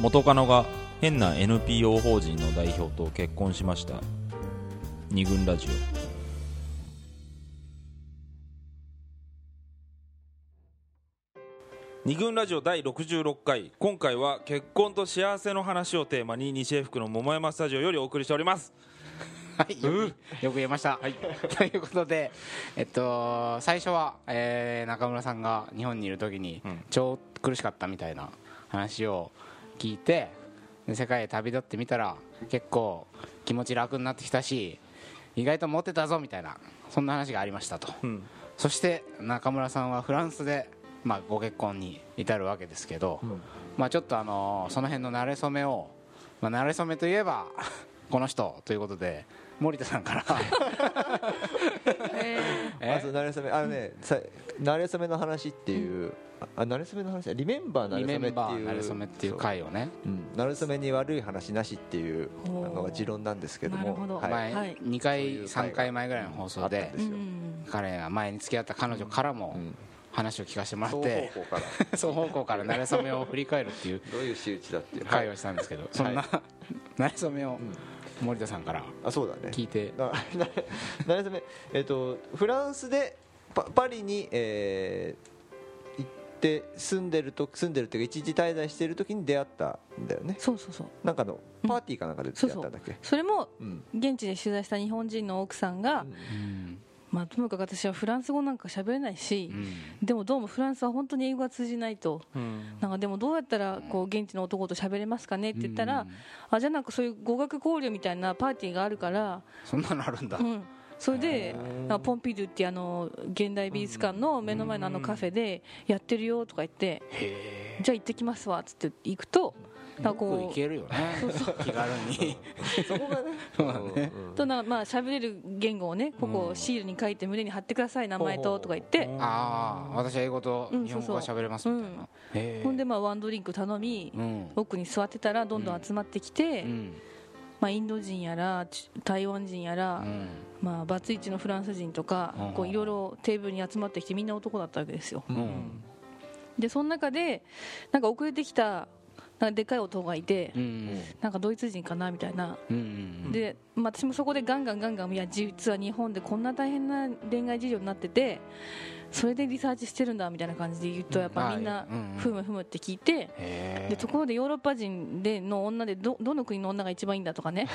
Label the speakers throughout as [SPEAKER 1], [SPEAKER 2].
[SPEAKER 1] 元カノが変な NPO 法人の代表と結婚しました二軍ラジオ二軍ラジオ第66回今回は結婚と幸せの話をテーマに西江福の桃山スタジオよりお送りしております
[SPEAKER 2] はい、よくよく言えました、ということで、えっと、最初は、えー中村さんが日本にいる時に
[SPEAKER 1] ん
[SPEAKER 2] 超苦しかったみたいな話を聞いてで世界へ旅立ってみたら結構気持ち楽になってきたし意外とモテたぞみたいなそんな話がありましたと、
[SPEAKER 1] ん
[SPEAKER 2] そして中村さんはフランスで、まあ、ご結婚に至るわけですけど、まあ、ちょっと、あのーその辺の馴れ初めを、まあ、馴れ初めといえばこの人ということで森田さんから
[SPEAKER 3] あそうなれそめあのねさなれそめの話っていうあなれそめの話リメンバーな
[SPEAKER 2] リ
[SPEAKER 3] れ
[SPEAKER 2] メ
[SPEAKER 3] そめっ
[SPEAKER 2] ンバー馴れ初めって
[SPEAKER 3] ていう
[SPEAKER 2] いう回をね、
[SPEAKER 3] そううんなれそめに悪い話なしっていう
[SPEAKER 4] ほう
[SPEAKER 3] のが持論なんですけど
[SPEAKER 4] なるほど
[SPEAKER 3] もはい
[SPEAKER 4] はい
[SPEAKER 2] 前2回3回前ぐらいの放
[SPEAKER 3] あ
[SPEAKER 2] 送
[SPEAKER 3] ったん
[SPEAKER 2] で
[SPEAKER 3] ですよ
[SPEAKER 2] 彼が前に付き合った彼女からも
[SPEAKER 3] うん
[SPEAKER 2] 話を聞かせてもらっ
[SPEAKER 3] 双
[SPEAKER 2] て
[SPEAKER 3] 方向から
[SPEAKER 2] 双方向から馴れ初めを振り返るっていう
[SPEAKER 3] どういう仕打ちだっていう
[SPEAKER 2] 会をしたんですけどそ んな馴れ初めを森田さんから
[SPEAKER 3] あそうだね
[SPEAKER 2] 聞いて
[SPEAKER 3] ななれそめえっとフランスでパパリにえー行って住んでると住んでるというか一時滞在している時に出会ったんだよね
[SPEAKER 4] そうそうそう
[SPEAKER 3] なんかのパーティーかなんかで出会ったんだっけ
[SPEAKER 4] それも
[SPEAKER 3] うん
[SPEAKER 4] 現地で取材した日本人の奥さんが、
[SPEAKER 2] うん
[SPEAKER 4] まあ、ともかく私はフランス語なんか喋れないし
[SPEAKER 2] う、ん
[SPEAKER 4] でもどうもフランスは本当に英語が通じないと、なんかでもどうやったらこう現地の男と喋れますかねって言ったら、
[SPEAKER 2] うん
[SPEAKER 4] あじゃあなんかそういう語学交流みたいなパーティーがあるから、
[SPEAKER 2] そんなのあるんだ
[SPEAKER 4] うん、それでなんかポンピドゥっていうあの現代美術館の目の前のあのカフェでやってるよとか言って、
[SPEAKER 2] へ
[SPEAKER 4] じゃあ行ってきますわっつって行くと、
[SPEAKER 2] え
[SPEAKER 4] なん
[SPEAKER 2] よ
[SPEAKER 4] か
[SPEAKER 2] く
[SPEAKER 4] こ
[SPEAKER 2] 行
[SPEAKER 4] う
[SPEAKER 2] けるよね気軽に
[SPEAKER 3] そこがね
[SPEAKER 4] となまあ喋れる言語をねここシールに書いて胸に貼ってください名前ととか言って
[SPEAKER 2] ああ私は英語と
[SPEAKER 4] うん
[SPEAKER 2] 日本語が喋れますみたいな、
[SPEAKER 4] そう
[SPEAKER 2] へえ
[SPEAKER 4] ほんでまあワンドリンク頼み
[SPEAKER 2] うん
[SPEAKER 4] 奥に座ってたらどんどん集まってきて、
[SPEAKER 2] うん
[SPEAKER 4] まあ、インド人やらち台湾人やら、
[SPEAKER 2] うん
[SPEAKER 4] まあ、バツイチのフランス人とか
[SPEAKER 2] うん
[SPEAKER 4] こういろいろテーブルに集まってきてみんな男だったわけですよ
[SPEAKER 2] うん
[SPEAKER 4] でその中でなんか遅れてきたなんかでかい男がいて、
[SPEAKER 2] うん
[SPEAKER 4] なんかドイツ人かなみたいな、
[SPEAKER 2] うん
[SPEAKER 4] で、まあ、私もそこでガンガンガンガンいや実は日本でこんな大変な恋愛事情になっててそれでリサーチしてるんだみたいな感じで言うとやっぱみんな
[SPEAKER 2] うんうん
[SPEAKER 4] ふむふむって聞いて。
[SPEAKER 2] へ
[SPEAKER 4] でところでヨーロッパ人での女でどどの国の女が一番いいんだと かね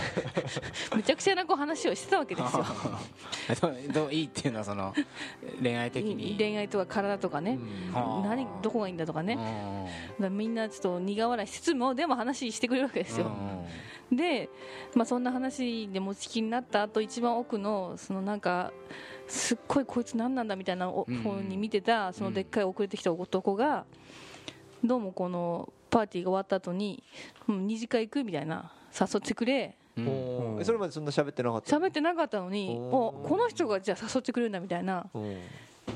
[SPEAKER 4] むちゃくちゃなこう話をしてたわけですよ
[SPEAKER 2] え どどういいっていうのはその恋愛的に
[SPEAKER 4] 恋愛とか体とかね、
[SPEAKER 2] はあ
[SPEAKER 4] 何どこがいいんだとかね、だか
[SPEAKER 2] ね
[SPEAKER 4] らみんなちょっと苦笑いしつつもでも話してくれるわけですよ、で、まあ、そんな話で持ちきりになった後一番奥のそのなんかすっごいこいつ何なんだみたいなお
[SPEAKER 2] うん
[SPEAKER 4] 方に見てたそのでっかい遅れてきた男がどうもこのパーティーが終わった後にうん二次会行くみたいな誘ってくれ
[SPEAKER 2] うんうん
[SPEAKER 3] おーえそれまでそんな喋ってなかった
[SPEAKER 4] 喋ってなかったのにお
[SPEAKER 3] おー
[SPEAKER 4] この人がじゃあ誘ってくれるんだみたいな
[SPEAKER 3] うん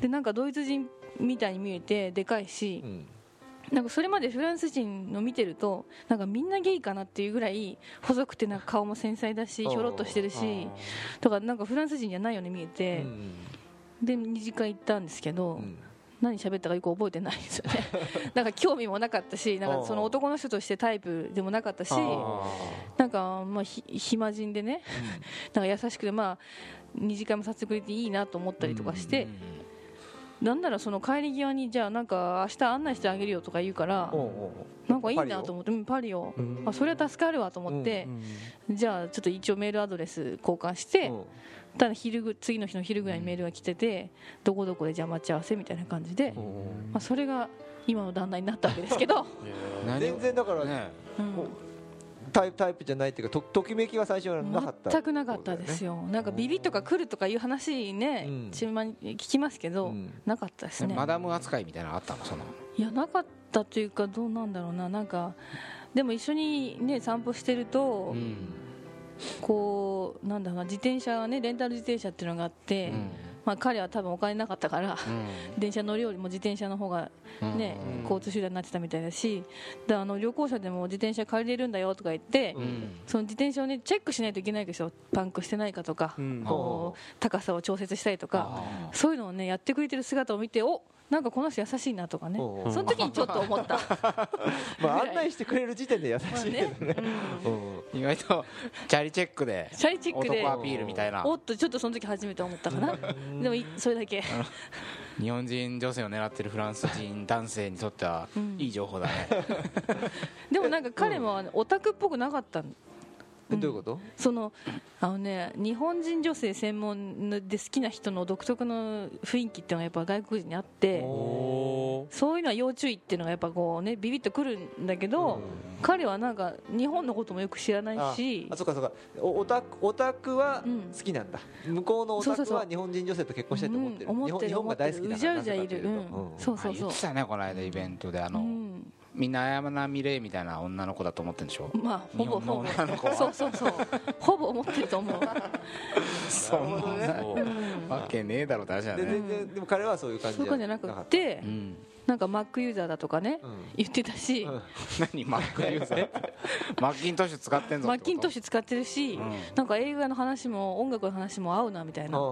[SPEAKER 4] でなんかドイツ人みたいに見えてでかいし
[SPEAKER 3] うん
[SPEAKER 4] なんかそれまでフランス人の見てるとなんかみんなゲイかなっていうぐらい細くてなんか顔も繊細だし
[SPEAKER 3] おー
[SPEAKER 4] ひょろっとしてるしとかなんかフランス人じゃないように見え
[SPEAKER 3] う
[SPEAKER 4] て
[SPEAKER 3] ん
[SPEAKER 4] で二次会行ったんですけ
[SPEAKER 3] う
[SPEAKER 4] ど
[SPEAKER 3] ん
[SPEAKER 4] 何喋ったかよく覚えてないで すよねなんか興味もなかったしなんかその男の人としてタイプでもなかったしなんかまあひ暇人でねなんか優しくてまあ二次会もさせてくれていいなと思ったりとかしてなんならその帰り際にじゃあなんか明日案内してあげるよとか言うから
[SPEAKER 3] おうお
[SPEAKER 4] なんかいいなと思ってうんパリをあそれは助かるわと思ってじゃあちょっと一応メールアドレス交換し
[SPEAKER 3] う
[SPEAKER 4] て
[SPEAKER 3] おう
[SPEAKER 4] ただ昼ぐ次の日の昼ぐらいにメールが来ててどこどこでじゃあ待ち合わせみたいな感じで
[SPEAKER 3] おうおう
[SPEAKER 4] まあそれが今の旦那になったわけですけ ど
[SPEAKER 2] 何
[SPEAKER 3] 全然だから
[SPEAKER 2] ね
[SPEAKER 4] うん
[SPEAKER 3] こタイプタイプじゃないっていうかとときめきは最初はなかった
[SPEAKER 4] 全くなかったですよなんかビビとか来るとかいう話ね
[SPEAKER 3] うん
[SPEAKER 4] ちまに聞きますけ
[SPEAKER 3] う
[SPEAKER 4] ど
[SPEAKER 3] ん
[SPEAKER 4] なかったですね
[SPEAKER 2] マダム扱いみたいなのあったのその
[SPEAKER 4] いやなかったというかどうなんだろうななんかでも一緒にね散歩してると、
[SPEAKER 2] ん
[SPEAKER 4] こうなんだろうな自転車がねレンタル自転車っていうのがあって、
[SPEAKER 2] うん
[SPEAKER 4] まあ、彼は多分お金なかったから、電車乗るよりも自転車の方が
[SPEAKER 2] うん
[SPEAKER 4] ね、交通手段になってたみたいだしであの旅行者でも自転車借りれるんだよとか言って、
[SPEAKER 2] うん
[SPEAKER 4] その自転車をねチェックしないといけないわけですよパンクしてないかとか、
[SPEAKER 1] うん
[SPEAKER 4] こう高さを調節したりとか
[SPEAKER 2] あ
[SPEAKER 4] そういうのをねやってくれてる姿を見ておなんかこの人優しいなとかね
[SPEAKER 3] おうおう
[SPEAKER 4] その時にちょっと思った
[SPEAKER 3] まあ案内してくれる時点で優
[SPEAKER 4] まあ
[SPEAKER 3] しいけど
[SPEAKER 4] ね、う
[SPEAKER 3] ね。
[SPEAKER 4] ん、
[SPEAKER 3] うん
[SPEAKER 2] 意外とチャリチェックで
[SPEAKER 4] チャリチェックで
[SPEAKER 2] 男アピールみたいな
[SPEAKER 4] おっとちょっとその時初めて思ったかなでもいそれだけ
[SPEAKER 2] 日本人女性を狙ってるフランス人男性にとっては
[SPEAKER 4] うん
[SPEAKER 2] いい情報だね、
[SPEAKER 4] でもなんか彼もあのオタクっぽくなかったん
[SPEAKER 3] えどういうこと？
[SPEAKER 4] そのあのね日本人女性専門ので好きな人の独特の雰囲気っていうのがやっぱ外国人にあって
[SPEAKER 1] おー
[SPEAKER 4] そういうのは要注意っていうのがやっぱこうねビビッとくるんだけど、彼はなんか日本のこともよく知らないし
[SPEAKER 3] あ、そっかそっか。おオタクオタクは
[SPEAKER 4] うん
[SPEAKER 3] 好きなんだ。向こうのオタ
[SPEAKER 4] そう
[SPEAKER 3] ク
[SPEAKER 4] そう
[SPEAKER 3] は
[SPEAKER 4] そう
[SPEAKER 3] 日本人女性と結婚したいと思ってる。日
[SPEAKER 4] うん思っ
[SPEAKER 3] 本
[SPEAKER 4] てる
[SPEAKER 3] 日本が大好きだから。
[SPEAKER 4] 思ってる
[SPEAKER 3] なぜかとい
[SPEAKER 4] じゃいるうん
[SPEAKER 3] と
[SPEAKER 4] そうそう
[SPEAKER 2] あ言
[SPEAKER 4] そう
[SPEAKER 2] ってたねこの間イベントであ
[SPEAKER 4] う
[SPEAKER 2] の、
[SPEAKER 4] ん、
[SPEAKER 2] みんな綾波レイみたいな女の子だと思ってるんでしょ
[SPEAKER 4] まあほぼ
[SPEAKER 2] 日本の
[SPEAKER 4] ほぼ
[SPEAKER 2] 女の子は
[SPEAKER 4] そうそうそうほぼ思ってる と思う、
[SPEAKER 2] そん
[SPEAKER 3] なるほどね
[SPEAKER 2] な
[SPEAKER 1] そう
[SPEAKER 2] わけねえだろって話だ
[SPEAKER 3] で
[SPEAKER 2] ね
[SPEAKER 3] 全然でも彼はそういう感じ
[SPEAKER 4] そういう感じじゃなくっ。て
[SPEAKER 2] うん
[SPEAKER 4] なんか Mac ユーザーだとかね、
[SPEAKER 3] うん
[SPEAKER 4] 言ってたし、
[SPEAKER 3] うん
[SPEAKER 2] 何マックユー ザーマッキントッシュ使ってんぞ
[SPEAKER 4] マッキントッ
[SPEAKER 2] ュ
[SPEAKER 4] シュ使ってるし、
[SPEAKER 2] うん
[SPEAKER 4] なんか映画の話も音楽の話も合うなみたい
[SPEAKER 3] あ
[SPEAKER 4] な
[SPEAKER 3] ああ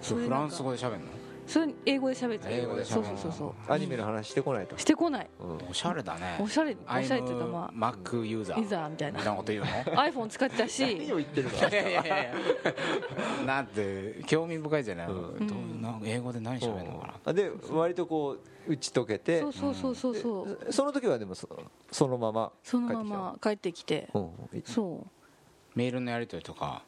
[SPEAKER 2] それフランス語で喋るの
[SPEAKER 4] それ英語で喋って
[SPEAKER 2] 英語で喋る
[SPEAKER 4] そうそうそうそう
[SPEAKER 3] あアニメの話してこないと
[SPEAKER 4] うん。してこない
[SPEAKER 3] うん
[SPEAKER 2] おしゃれだね
[SPEAKER 4] おしゃれおしゃれっていうか
[SPEAKER 2] I'm
[SPEAKER 4] ま
[SPEAKER 2] マックユーザ
[SPEAKER 4] あ
[SPEAKER 2] ーみ
[SPEAKER 4] ユーザーみた いな
[SPEAKER 2] たいなこと言うの
[SPEAKER 4] iPhone 使ってたし
[SPEAKER 3] 何を言ってるか。
[SPEAKER 2] いやいやいやいや なんて興味深いじゃない、
[SPEAKER 3] うん
[SPEAKER 2] どうなんか英語で何喋るのかな、
[SPEAKER 3] あで割とこう打ち解けて
[SPEAKER 4] そうそうそうそうそう、
[SPEAKER 3] でその時はでもそそのまま
[SPEAKER 4] そのまま帰ってきて、
[SPEAKER 3] うんい
[SPEAKER 4] そ
[SPEAKER 2] メールのやり取りとか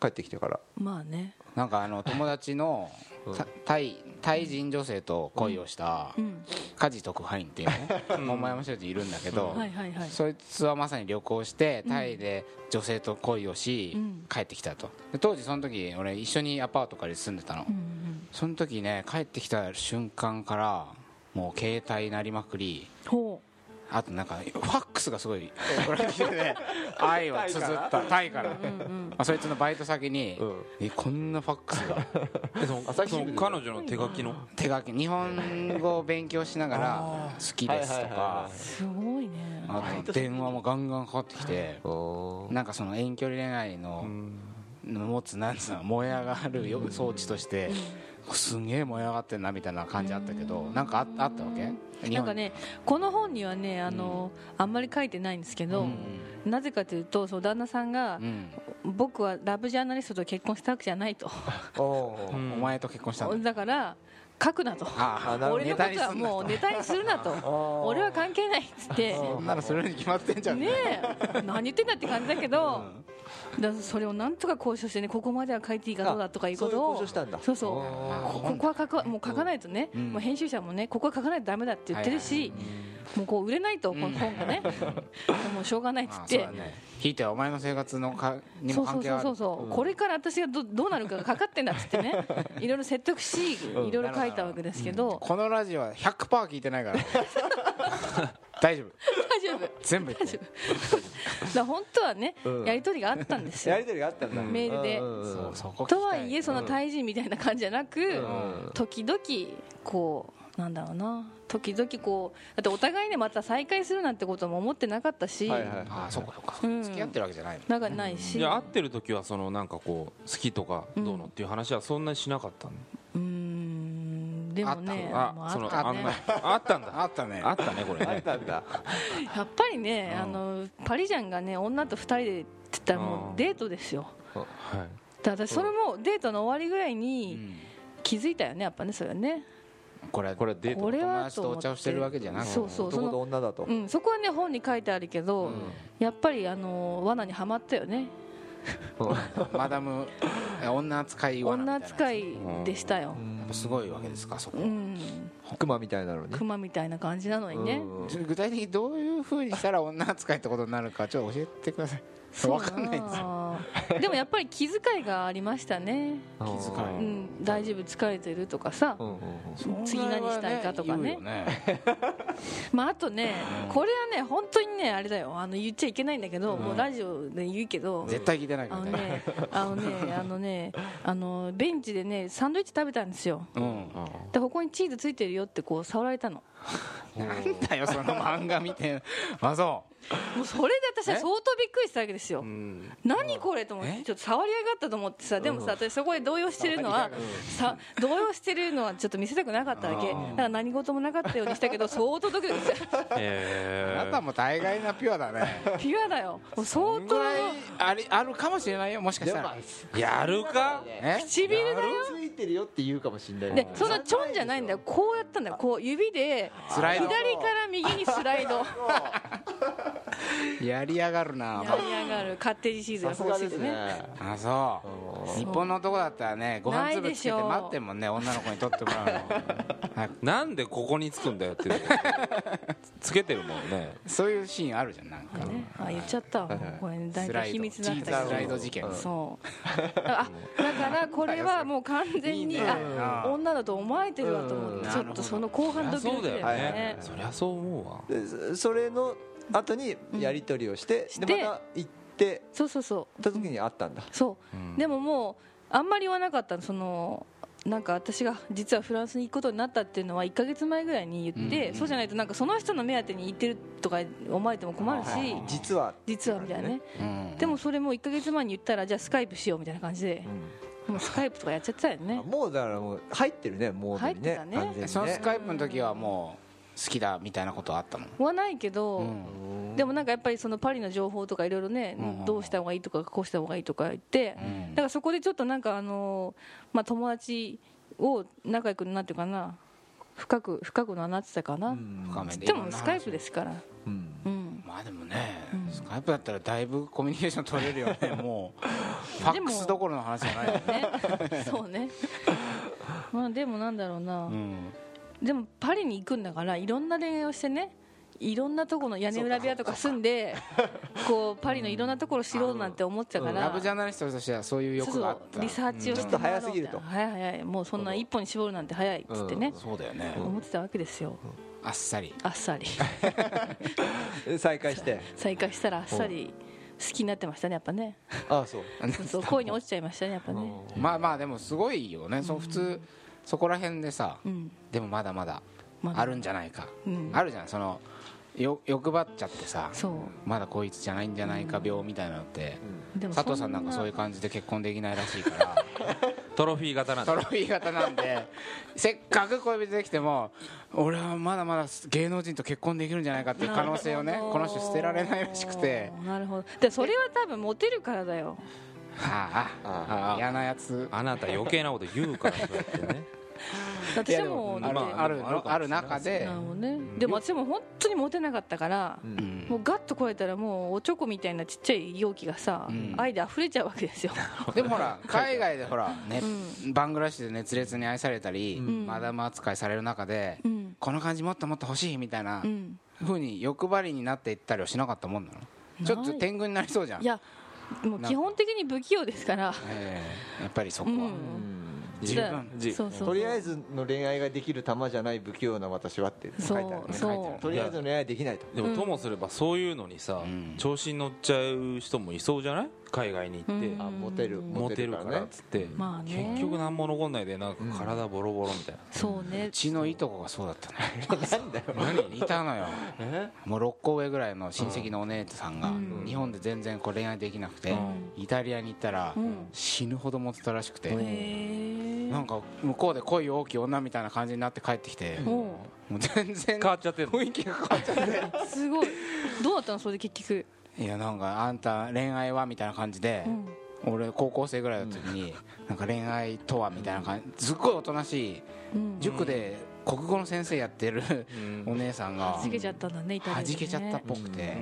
[SPEAKER 3] 帰ってきてから
[SPEAKER 4] うまあね
[SPEAKER 2] なんかあの友達の
[SPEAKER 3] うん
[SPEAKER 2] さタイタイ人女性と恋をした
[SPEAKER 4] うん
[SPEAKER 2] 家事特派員っていうねお前も人いるんだけど、
[SPEAKER 4] はいはいはい
[SPEAKER 2] そいつはまさに旅行してタイで女性と恋をし、
[SPEAKER 4] うん
[SPEAKER 2] 帰ってきたとで当時その時俺一緒にアパート借りて住んでたの、
[SPEAKER 4] うん
[SPEAKER 2] その時ね帰ってきた瞬間からもう携帯鳴りまくり
[SPEAKER 4] うんほ
[SPEAKER 2] あとなんかファックスがす ごい送られてきてね愛を綴ったタイから、
[SPEAKER 4] う、うんうん
[SPEAKER 2] まあ、そいつのバイト先に、
[SPEAKER 3] うん
[SPEAKER 2] えこんなファックスが
[SPEAKER 1] えその
[SPEAKER 3] 朝日
[SPEAKER 1] そ
[SPEAKER 3] 新聞
[SPEAKER 1] の彼女の手書きの
[SPEAKER 2] 手書き日本語を勉強しながら好きですとか
[SPEAKER 3] はいはいはいはい
[SPEAKER 4] すごいね
[SPEAKER 2] あと電話もガンガンかかってきて
[SPEAKER 3] お
[SPEAKER 2] なんかその遠距離恋愛の持つなんつうの燃え上がるよ装置としてすんげえ燃え上がってんなみたいな感じあったけどなんかああったわけ
[SPEAKER 4] なんかねこの本にはねあの、あんまり書いてないんですけど、なぜかというとその旦那さんが
[SPEAKER 2] 日本、うん
[SPEAKER 4] 僕はラブジャーナリストと結婚したわけじゃないと、
[SPEAKER 3] お
[SPEAKER 1] うん
[SPEAKER 2] お前と結婚したんだ
[SPEAKER 4] だから書くなと
[SPEAKER 2] あ
[SPEAKER 3] なるほど
[SPEAKER 4] 俺のことはもうネタにするなと俺は関係ないっつって
[SPEAKER 2] そんなのするに決まってんじゃん
[SPEAKER 4] ねえ何言ってんだって感じだけど、だからそれをなんとか交渉してねここまでは書いていいかどうだとかいうこと
[SPEAKER 3] そ
[SPEAKER 4] を
[SPEAKER 3] ういう交渉したんだ
[SPEAKER 4] そうそう
[SPEAKER 2] あ
[SPEAKER 4] ここは書くもう書かないとね、
[SPEAKER 2] うん
[SPEAKER 4] もう編集者もねここは書かないとダメだって言ってるし、もうこう売れないとこの本がね、もうしょうがないっつ
[SPEAKER 2] まあ
[SPEAKER 4] っ
[SPEAKER 2] そう
[SPEAKER 4] て
[SPEAKER 2] だ。ねひいてはお前の生活のかに
[SPEAKER 4] そ
[SPEAKER 2] も
[SPEAKER 4] うそ
[SPEAKER 2] 関
[SPEAKER 4] う
[SPEAKER 2] 係
[SPEAKER 4] そ
[SPEAKER 2] が
[SPEAKER 4] う
[SPEAKER 2] あ
[SPEAKER 4] そ
[SPEAKER 2] る
[SPEAKER 4] うそう、これから私がどどうなるかがかかってんだっつってねいろいろ説得しいろいろ書いたわけですけど、
[SPEAKER 2] このラジオは100%聞いてない から大丈夫
[SPEAKER 4] 大丈夫だか
[SPEAKER 2] 全部言って
[SPEAKER 4] ら本当はね、
[SPEAKER 3] うん
[SPEAKER 4] やり取りがあったんです
[SPEAKER 3] や
[SPEAKER 4] よ
[SPEAKER 3] りとりがあったんだ
[SPEAKER 4] メールで
[SPEAKER 3] うんうんうん
[SPEAKER 2] そうそこ聞きた
[SPEAKER 4] とはいえそのタイ人みたいな感じじゃなく、
[SPEAKER 3] ん
[SPEAKER 4] 時々こうなんだろうな時々こうだってお互いねまた再会するなんてことも思ってなかったし、
[SPEAKER 3] はいはい
[SPEAKER 2] ああそうかそうか、
[SPEAKER 4] うん
[SPEAKER 2] 付き合ってるわけじゃないの
[SPEAKER 4] なんかないし
[SPEAKER 1] いや会ってる時はそのなんかこう好きとかどうのっていう話はそんなにしなかったの
[SPEAKER 4] うーんでもね
[SPEAKER 2] あ
[SPEAKER 4] もう
[SPEAKER 1] あその
[SPEAKER 4] った
[SPEAKER 1] あん
[SPEAKER 4] ね
[SPEAKER 1] なあったんだ
[SPEAKER 2] あったね
[SPEAKER 1] あったねこれ
[SPEAKER 3] あっ
[SPEAKER 1] ね
[SPEAKER 3] たんだ
[SPEAKER 4] やっぱりね、
[SPEAKER 2] うん
[SPEAKER 4] あのパリジャンがね女と2人でって言ったらも
[SPEAKER 1] う
[SPEAKER 4] うんデートですよ
[SPEAKER 1] はい
[SPEAKER 4] だから私それもデートの終わりぐらいうに
[SPEAKER 2] ん
[SPEAKER 4] 気づいたよねやっぱねそれはね
[SPEAKER 2] これ
[SPEAKER 1] これデート
[SPEAKER 4] これ
[SPEAKER 2] 友
[SPEAKER 4] は
[SPEAKER 2] 達と
[SPEAKER 4] 思
[SPEAKER 2] お
[SPEAKER 4] って
[SPEAKER 2] 茶をしてるわけじゃなく
[SPEAKER 4] そうそうそ
[SPEAKER 3] 男と
[SPEAKER 4] の
[SPEAKER 3] 女だと
[SPEAKER 4] うん、そこはね本に書いてあるけど、やっぱりあの罠にはまったよね
[SPEAKER 2] マダムえ女扱い罠みた
[SPEAKER 4] 女
[SPEAKER 2] いなやつ
[SPEAKER 4] 扱いでしたよ、
[SPEAKER 2] やっぱすごいわけですかそこ、
[SPEAKER 4] うん、
[SPEAKER 3] 熊みたいなのに
[SPEAKER 4] 熊みたいな感じなのにね、
[SPEAKER 3] うん
[SPEAKER 2] ちょ具体的にどういうふうにしたら女扱いってことになるかちょっと教えてください
[SPEAKER 4] そう
[SPEAKER 2] わかんないんですよ
[SPEAKER 4] なでもやっぱり気遣いがありましたね、
[SPEAKER 3] 気
[SPEAKER 2] 遣い
[SPEAKER 4] うん、大丈夫疲れてるとかさ、
[SPEAKER 3] うんうんうん
[SPEAKER 4] 次何したいかとかね
[SPEAKER 2] そんなのは言うよね
[SPEAKER 4] まあ、あとね、これはね本当にねあれだよあの言っちゃいけないんだけど、もうラジオで言うけど、
[SPEAKER 2] 絶対聞いてないか
[SPEAKER 4] あ
[SPEAKER 2] ら
[SPEAKER 4] のねあのねあのねあのベンチでねサンドイッチ食べたんですよ
[SPEAKER 2] うん
[SPEAKER 4] でここにチーズついてるよってこう触られたの
[SPEAKER 2] なんだよその漫画見てあそう
[SPEAKER 4] もうそれで私は
[SPEAKER 2] え
[SPEAKER 4] 相当びっくりしたわけですよ
[SPEAKER 1] うん
[SPEAKER 4] 何これと思って
[SPEAKER 2] え
[SPEAKER 4] ちょっと触り合いがあったと思ってさでもさ私そこで動揺してるのはさ動揺してるのは ちょっと見せたくなかったわ
[SPEAKER 2] あ
[SPEAKER 4] けだ
[SPEAKER 2] ー
[SPEAKER 4] から何事もなかったようにしたけど相当ドキドキした
[SPEAKER 1] え
[SPEAKER 2] あなたも大概なピュアだね
[SPEAKER 4] ピュアだよもう相
[SPEAKER 2] ぐ
[SPEAKER 4] 当
[SPEAKER 2] らいありあるかもしれないよもしかし
[SPEAKER 3] で
[SPEAKER 2] た
[SPEAKER 3] もま
[SPEAKER 2] ら
[SPEAKER 3] あ
[SPEAKER 1] ーやるか
[SPEAKER 2] え
[SPEAKER 4] 唇だよ
[SPEAKER 3] ついてるよって言うかもしれない
[SPEAKER 4] でそんなちょんじゃないんだよこうやったんだよこう指で
[SPEAKER 2] スライ
[SPEAKER 4] 左
[SPEAKER 2] ド
[SPEAKER 4] から右にスラ イド
[SPEAKER 2] やりやがるな
[SPEAKER 4] やり上がるカッテージチーズが
[SPEAKER 3] さす
[SPEAKER 4] 欲
[SPEAKER 3] が
[SPEAKER 4] しい
[SPEAKER 3] で
[SPEAKER 4] ですすね
[SPEAKER 3] ね
[SPEAKER 2] あそう
[SPEAKER 3] うん
[SPEAKER 2] 日本の男だったらねご飯粒つけて
[SPEAKER 4] ないでしょう
[SPEAKER 2] 待ってんもんね女の子に取ってもらうのはい
[SPEAKER 1] なんでここにつくんだよって いうつけてるもんね
[SPEAKER 2] そういうシーンあるじゃんなんか
[SPEAKER 4] ねあ言っちゃったわ
[SPEAKER 3] いはい
[SPEAKER 4] これ大
[SPEAKER 2] スラ
[SPEAKER 4] 体
[SPEAKER 2] イド
[SPEAKER 4] 秘密なん
[SPEAKER 2] チーズ
[SPEAKER 4] だ
[SPEAKER 2] ス
[SPEAKER 4] け
[SPEAKER 2] ラ
[SPEAKER 4] ど
[SPEAKER 2] イド事件
[SPEAKER 3] うん
[SPEAKER 4] そうあだからこれはもう完
[SPEAKER 2] いい
[SPEAKER 4] 全に
[SPEAKER 2] ね
[SPEAKER 4] あ
[SPEAKER 2] うん
[SPEAKER 4] 女だと思われてるわと思っ
[SPEAKER 2] う
[SPEAKER 4] て
[SPEAKER 2] ん
[SPEAKER 4] ちょっとその後
[SPEAKER 1] そり
[SPEAKER 4] 半
[SPEAKER 1] ゃ
[SPEAKER 4] ドキド
[SPEAKER 1] そうだ
[SPEAKER 4] キだ
[SPEAKER 1] よね、
[SPEAKER 4] よね
[SPEAKER 1] そりゃそう思うわ
[SPEAKER 3] でそそれの後にやり取りをして、
[SPEAKER 4] うん
[SPEAKER 3] で
[SPEAKER 4] して
[SPEAKER 3] また行って
[SPEAKER 4] そうそうそ
[SPEAKER 3] 行った時に会ったんだ
[SPEAKER 4] うそううんでももうあんまり言わなかったのそのなんか私が実はフランスに行くことになったっていうのは1か月前ぐらいに言って、
[SPEAKER 2] うん
[SPEAKER 4] そうじゃないとなんかその人の目当てに行ってるとか思われても困るし、
[SPEAKER 3] はい実は
[SPEAKER 4] 実はみたいなね、
[SPEAKER 2] うん
[SPEAKER 4] でもそれも1か月前に言ったらじゃあスカイプしようみたいな感じで
[SPEAKER 3] う、ん
[SPEAKER 4] もうスカイプとかやっちゃってたよね
[SPEAKER 3] あもうだからもう入ってるねモードにね
[SPEAKER 4] 入ってたね
[SPEAKER 3] 完全にね
[SPEAKER 2] そのスカイプの時はもう好きだみたいなことはあったの
[SPEAKER 4] はないけど、
[SPEAKER 2] うん
[SPEAKER 4] でもなんかやっぱりそのパリの情報とかいろいろね、
[SPEAKER 2] うん
[SPEAKER 4] どうした方がいいとかこうした方がいいとか言って、
[SPEAKER 2] うん
[SPEAKER 4] だからそこでちょっとなんかあのーまあ友達を仲良くなっていうかな深く深くなってたかな、
[SPEAKER 3] うん
[SPEAKER 2] 深め
[SPEAKER 4] でもスカイプですすから、
[SPEAKER 3] うん
[SPEAKER 4] うん、
[SPEAKER 2] まあでもねスカイプだったらだいぶコミュニケーション取れるよ ねもうファックスどころの話じゃないよね
[SPEAKER 4] ねそうねまあでもなんだろうな、
[SPEAKER 2] うん
[SPEAKER 4] でもパリに行くんだからいろんな恋愛をしてねいろんなとこの屋根裏部屋とか住んでこうパリのいろんなところ知ろうなんて思ってたから、
[SPEAKER 2] ラブジャーナリストとしてはそういう
[SPEAKER 4] そう
[SPEAKER 2] 欲があっ
[SPEAKER 4] そう
[SPEAKER 2] た
[SPEAKER 4] リサーチをして
[SPEAKER 3] ちょっと早すぎると
[SPEAKER 4] もらおうみたいな早い早いもうそんな一本に絞るなんて早いっつってね、
[SPEAKER 2] そうだよね
[SPEAKER 4] 思ってたわけですよ、
[SPEAKER 2] あっさり
[SPEAKER 4] あっ さり
[SPEAKER 3] で再会して
[SPEAKER 4] 再会したらあっさり好きになってましたねやっぱね
[SPEAKER 3] ああそう
[SPEAKER 4] そうそう恋に落ちちゃいましたねやっぱね
[SPEAKER 2] まあまあでもすごいよねそう普通そこら辺でさ
[SPEAKER 4] うん
[SPEAKER 2] でもまだまだ
[SPEAKER 4] まだ
[SPEAKER 2] あるんじゃないか
[SPEAKER 4] うん
[SPEAKER 2] あるじゃんそのよ欲張っちゃってさ
[SPEAKER 4] そう
[SPEAKER 2] まだこいつじゃないんじゃないか病みたいなのって
[SPEAKER 4] でも
[SPEAKER 2] 佐藤さんなんかそういう感じで結婚できないらしいから
[SPEAKER 1] トロフィー型なん
[SPEAKER 2] ト
[SPEAKER 1] だ
[SPEAKER 2] ロフィー型なんでせっかく恋人できても俺はまだまだ芸能人と結婚できるんじゃないかっていう可能性をねこの人捨てられないらしくて
[SPEAKER 4] なるほどでそれは多分モテるからだよ
[SPEAKER 2] ああああ嫌なやつ
[SPEAKER 1] あなた余計なこと言うからそうやって ね
[SPEAKER 4] 私はもう
[SPEAKER 1] いやでもま
[SPEAKER 2] ある
[SPEAKER 4] だって
[SPEAKER 2] あるのある中で
[SPEAKER 4] なるほどねでも私も本当にモテなかったから、
[SPEAKER 3] うん
[SPEAKER 2] うん
[SPEAKER 4] もうガッと超えたらもうおちょこみたいなちっちゃい容器がさ、
[SPEAKER 2] うん
[SPEAKER 4] 愛で溢れちゃうわ けですよ、
[SPEAKER 2] でもほ ら海外でほらね
[SPEAKER 4] う
[SPEAKER 2] バングラッシュで熱烈に愛されたり
[SPEAKER 4] ん
[SPEAKER 2] マダム扱いされる中で
[SPEAKER 4] うん
[SPEAKER 2] この感じもっともっと欲しいみたいな
[SPEAKER 4] うん、
[SPEAKER 2] ふうに欲張りになっていったりはしなかったもんなのちょっと天狗になりそうじゃん
[SPEAKER 4] いやもう基本的に不器用ですから
[SPEAKER 2] ええやっぱりそこ
[SPEAKER 4] う
[SPEAKER 2] は
[SPEAKER 4] ん
[SPEAKER 1] 自
[SPEAKER 4] だ
[SPEAKER 1] 分自
[SPEAKER 4] そうそう
[SPEAKER 3] とりあえずの恋愛ができる玉じゃない不器用な私はって書いてある
[SPEAKER 4] そう
[SPEAKER 3] ね
[SPEAKER 4] そ
[SPEAKER 3] とりあえずの恋愛できないと
[SPEAKER 1] で
[SPEAKER 4] う
[SPEAKER 1] も
[SPEAKER 4] ん
[SPEAKER 1] ともすればそういうのにさ、
[SPEAKER 2] うん
[SPEAKER 1] 調子に乗っちゃう人もいそうじゃない海外に行って、
[SPEAKER 4] うん
[SPEAKER 3] あモテる
[SPEAKER 1] モテるからっ
[SPEAKER 3] ね
[SPEAKER 1] つって、
[SPEAKER 4] まあね
[SPEAKER 1] 結局何も残んないでなんか体ボロボロみたいな、
[SPEAKER 4] うそうね
[SPEAKER 2] うちのいとこがそうだったね
[SPEAKER 3] なんだよ
[SPEAKER 2] いたのよ
[SPEAKER 3] え
[SPEAKER 2] もう6個上ぐらいの親戚のお姉さんが
[SPEAKER 4] うん
[SPEAKER 2] 日本で全然こう恋愛できなくて
[SPEAKER 1] うん
[SPEAKER 2] イタリアに行ったら
[SPEAKER 4] うん
[SPEAKER 2] 死ぬほどモテたらしく
[SPEAKER 4] へ
[SPEAKER 2] て
[SPEAKER 4] え
[SPEAKER 2] なんか向こうで恋大きい女みたいな感じになって帰ってきても
[SPEAKER 4] お
[SPEAKER 2] う全
[SPEAKER 1] 変
[SPEAKER 2] 然
[SPEAKER 1] わっちゃってる
[SPEAKER 2] 雰囲気が変わっちゃっ
[SPEAKER 4] うすごいどうだったのそれで結局
[SPEAKER 2] ていやなんかあんた恋愛はみたいな感じで
[SPEAKER 4] うん
[SPEAKER 2] 俺高校生ぐらいの時になんか恋愛とはみたいな感じすっごいおとなしい
[SPEAKER 4] うん
[SPEAKER 2] 塾で国語の先生やってる
[SPEAKER 1] ん
[SPEAKER 2] お姉さんが
[SPEAKER 4] 弾けちゃったんだねイタリア
[SPEAKER 2] 弾
[SPEAKER 4] でね
[SPEAKER 2] けちゃったっぽくて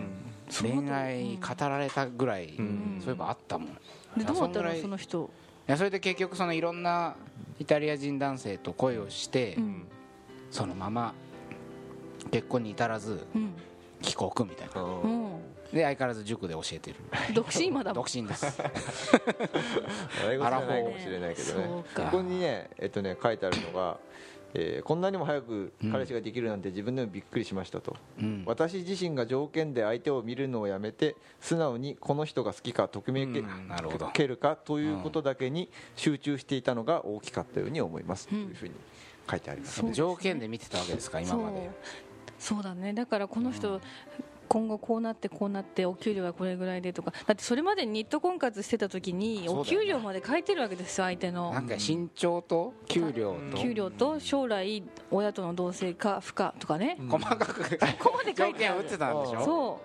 [SPEAKER 4] そうだよ
[SPEAKER 2] 恋愛語られたぐらい
[SPEAKER 1] ん
[SPEAKER 2] そういえばあったもんい
[SPEAKER 4] でどうだっ
[SPEAKER 2] そ
[SPEAKER 4] た
[SPEAKER 2] んぐら
[SPEAKER 4] の
[SPEAKER 2] い
[SPEAKER 4] その人
[SPEAKER 2] やそれで結局そのいろんなイタリア人男性と恋をして
[SPEAKER 4] うん
[SPEAKER 2] そのまま結婚に至らず
[SPEAKER 4] うん
[SPEAKER 2] 帰国みたいな
[SPEAKER 4] うん
[SPEAKER 2] で相変わらず塾で教えてる
[SPEAKER 4] 独身今だもん
[SPEAKER 2] 独身です
[SPEAKER 3] 笑い事じゃないかもしれないけどね
[SPEAKER 4] そう
[SPEAKER 3] こ
[SPEAKER 4] か
[SPEAKER 3] こにねえっとね書いてあるのがえーこんなにも早く彼氏ができるなんて自分でもびっくりしましたと
[SPEAKER 2] うん
[SPEAKER 3] 私自身が条件で相手を見るのをやめて素直にこの人が好きかときめけ
[SPEAKER 2] うんなるほど
[SPEAKER 3] けるかということだけに集中していたのが大きかったように思いますと
[SPEAKER 4] うん
[SPEAKER 3] いうふうに書いてあります
[SPEAKER 4] そう
[SPEAKER 2] 条件で見てたわけですか今まで
[SPEAKER 4] そうそうだねだからこの人、今後こうなってこうなってお給料がこれぐらいでとかだってそれまでニット婚活してた時
[SPEAKER 2] そう
[SPEAKER 4] に
[SPEAKER 2] だよ
[SPEAKER 4] お
[SPEAKER 2] ね
[SPEAKER 4] 給料まで書いてるわけですよ相手
[SPEAKER 2] な
[SPEAKER 4] の
[SPEAKER 2] んか身長と給料と
[SPEAKER 4] 給料と将来親との同棲か不可とかね
[SPEAKER 2] 細かく
[SPEAKER 4] ここまで書
[SPEAKER 2] 条
[SPEAKER 4] いて
[SPEAKER 2] 件
[SPEAKER 4] あ
[SPEAKER 2] を打
[SPEAKER 4] る
[SPEAKER 2] ってたんでしょ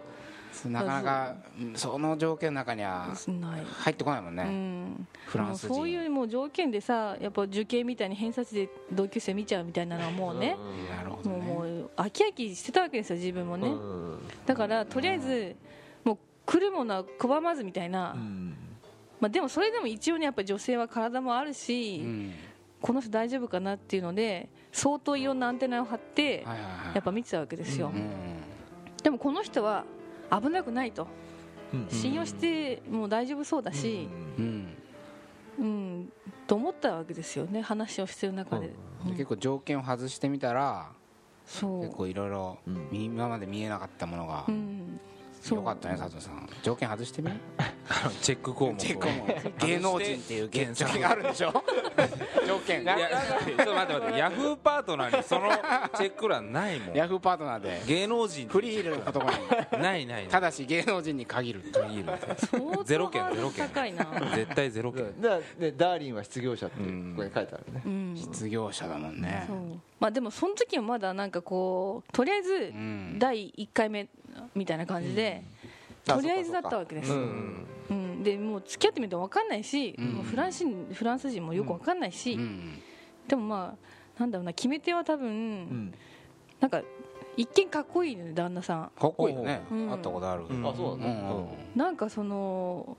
[SPEAKER 4] そ
[SPEAKER 2] なかなかうんその条件の中には
[SPEAKER 4] うない
[SPEAKER 2] 入ってこないもん
[SPEAKER 4] う
[SPEAKER 2] ね
[SPEAKER 4] ん
[SPEAKER 2] フランス人
[SPEAKER 4] もうそういうもう条件でさやっぱ受験みたいに偏差値で同級生見ちゃうみたいなのはもうね、
[SPEAKER 2] なるほど
[SPEAKER 4] もうも
[SPEAKER 2] ね
[SPEAKER 4] う飽き飽きしてたわけですよ自分も
[SPEAKER 3] うん
[SPEAKER 4] ね、
[SPEAKER 3] うん
[SPEAKER 4] だからとりあえずもう来るものは拒まずみたいな、
[SPEAKER 3] うん
[SPEAKER 4] まあ、でもそれでも一応ねやっぱり女性は体もある
[SPEAKER 2] う
[SPEAKER 4] し、
[SPEAKER 2] ん
[SPEAKER 4] この人大丈夫かなっていうので相当いろんなアンテナを張って
[SPEAKER 2] はいはいはい
[SPEAKER 4] やっぱ見てたわけですよ、
[SPEAKER 3] う
[SPEAKER 2] うん
[SPEAKER 4] でもこの人は危なくないと
[SPEAKER 3] うん
[SPEAKER 4] 信用してもう大丈夫そうだし、
[SPEAKER 2] うん
[SPEAKER 4] うんと思ったわけですよね話をしてる中で、
[SPEAKER 2] で
[SPEAKER 4] うん
[SPEAKER 2] 結構条件を外してみたら
[SPEAKER 4] そう
[SPEAKER 2] 結構いろいろ
[SPEAKER 3] うん
[SPEAKER 2] 今まで見えなかったものが
[SPEAKER 4] うんそう
[SPEAKER 2] よかったね佐藤さん条件外してみ
[SPEAKER 1] チェック項目を
[SPEAKER 2] 結構もう芸能人っていう 原則があるでしょ条件
[SPEAKER 1] いやちょっと待って待ってヤフーパートナーにそのチェック欄ないもん
[SPEAKER 2] ヤフーパートナーで
[SPEAKER 1] 芸能人
[SPEAKER 2] フリーの言葉に
[SPEAKER 1] ーないない
[SPEAKER 2] た
[SPEAKER 1] ない
[SPEAKER 2] だし芸能人に限ると
[SPEAKER 1] フリーの
[SPEAKER 4] 相当
[SPEAKER 1] ゼロ件
[SPEAKER 4] ハードル
[SPEAKER 1] ゼロ件
[SPEAKER 4] 高いな、
[SPEAKER 1] 絶対ゼロ件
[SPEAKER 3] だからねダーリンは失業者って
[SPEAKER 1] うん
[SPEAKER 3] ここに書いてあるね
[SPEAKER 4] うん、
[SPEAKER 2] 失業者だもんね
[SPEAKER 4] そうまあでもその時はまだなんかこうとりあえず
[SPEAKER 2] ん
[SPEAKER 4] 第1回目みたいな感じで、
[SPEAKER 2] うんあ
[SPEAKER 4] とりあえず
[SPEAKER 2] そ
[SPEAKER 4] だ
[SPEAKER 2] っ
[SPEAKER 4] っ
[SPEAKER 2] かそっか
[SPEAKER 4] たわけです、
[SPEAKER 3] う
[SPEAKER 4] うん
[SPEAKER 3] ん
[SPEAKER 4] でもう付き合ってみると分かんないし、
[SPEAKER 2] ん
[SPEAKER 4] もうフランス人フランス人もよく分かんないし、
[SPEAKER 2] うん
[SPEAKER 4] でもまあなんだろうな決め手は多分、
[SPEAKER 3] うん
[SPEAKER 4] なんか一見かっこいいのね旦那さん
[SPEAKER 2] かっこいいよね
[SPEAKER 4] うん
[SPEAKER 2] 会ったことあるけど
[SPEAKER 1] あそう
[SPEAKER 2] うん
[SPEAKER 3] な
[SPEAKER 2] うんん
[SPEAKER 3] だ
[SPEAKER 2] うん
[SPEAKER 4] なんかその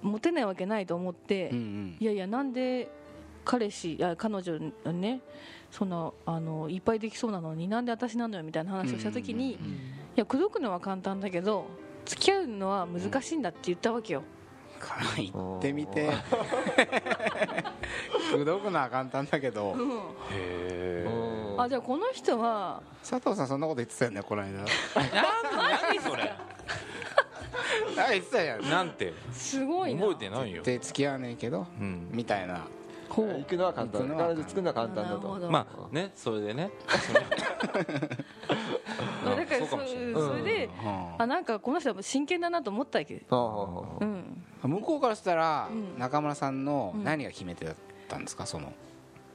[SPEAKER 4] モテないわけないと思って、
[SPEAKER 2] うん
[SPEAKER 4] いやいやなんで彼氏いや彼女にねそんなあのいっぱいできそうなのになんで私なのよみたいな話をした時に、
[SPEAKER 2] うんうんうん
[SPEAKER 4] いや口説くのは簡単だけど付き合うのは難しいんだって言ったわけよ、
[SPEAKER 2] から行ってみて 口説くのは簡単だけど
[SPEAKER 3] うん
[SPEAKER 4] あじゃあこの人は
[SPEAKER 2] 佐藤さんそんなこと言ってたよねこの間
[SPEAKER 1] 何それ
[SPEAKER 2] あ言ってたよね
[SPEAKER 1] なんて
[SPEAKER 4] すごいな
[SPEAKER 1] 覚えてないよ
[SPEAKER 2] で付き合わねえけど
[SPEAKER 1] うん
[SPEAKER 2] みたいな
[SPEAKER 4] ほ
[SPEAKER 3] 行
[SPEAKER 4] う
[SPEAKER 3] くのは簡単
[SPEAKER 2] 行く
[SPEAKER 3] だ
[SPEAKER 2] のは
[SPEAKER 3] 彼女作るのは簡単
[SPEAKER 4] な
[SPEAKER 3] だ
[SPEAKER 4] るほ
[SPEAKER 3] と
[SPEAKER 4] ど、
[SPEAKER 1] まあねそれでね
[SPEAKER 4] まあだか
[SPEAKER 1] そ
[SPEAKER 4] らそう
[SPEAKER 1] かもしれない
[SPEAKER 4] それで、
[SPEAKER 2] うん
[SPEAKER 4] あなんかこの人は真剣だなと思ったわけ
[SPEAKER 3] ああああ
[SPEAKER 4] うん
[SPEAKER 2] 向こうからしたら
[SPEAKER 4] うん
[SPEAKER 2] 中村さんの
[SPEAKER 4] うん
[SPEAKER 2] 何が決め手だったんですかその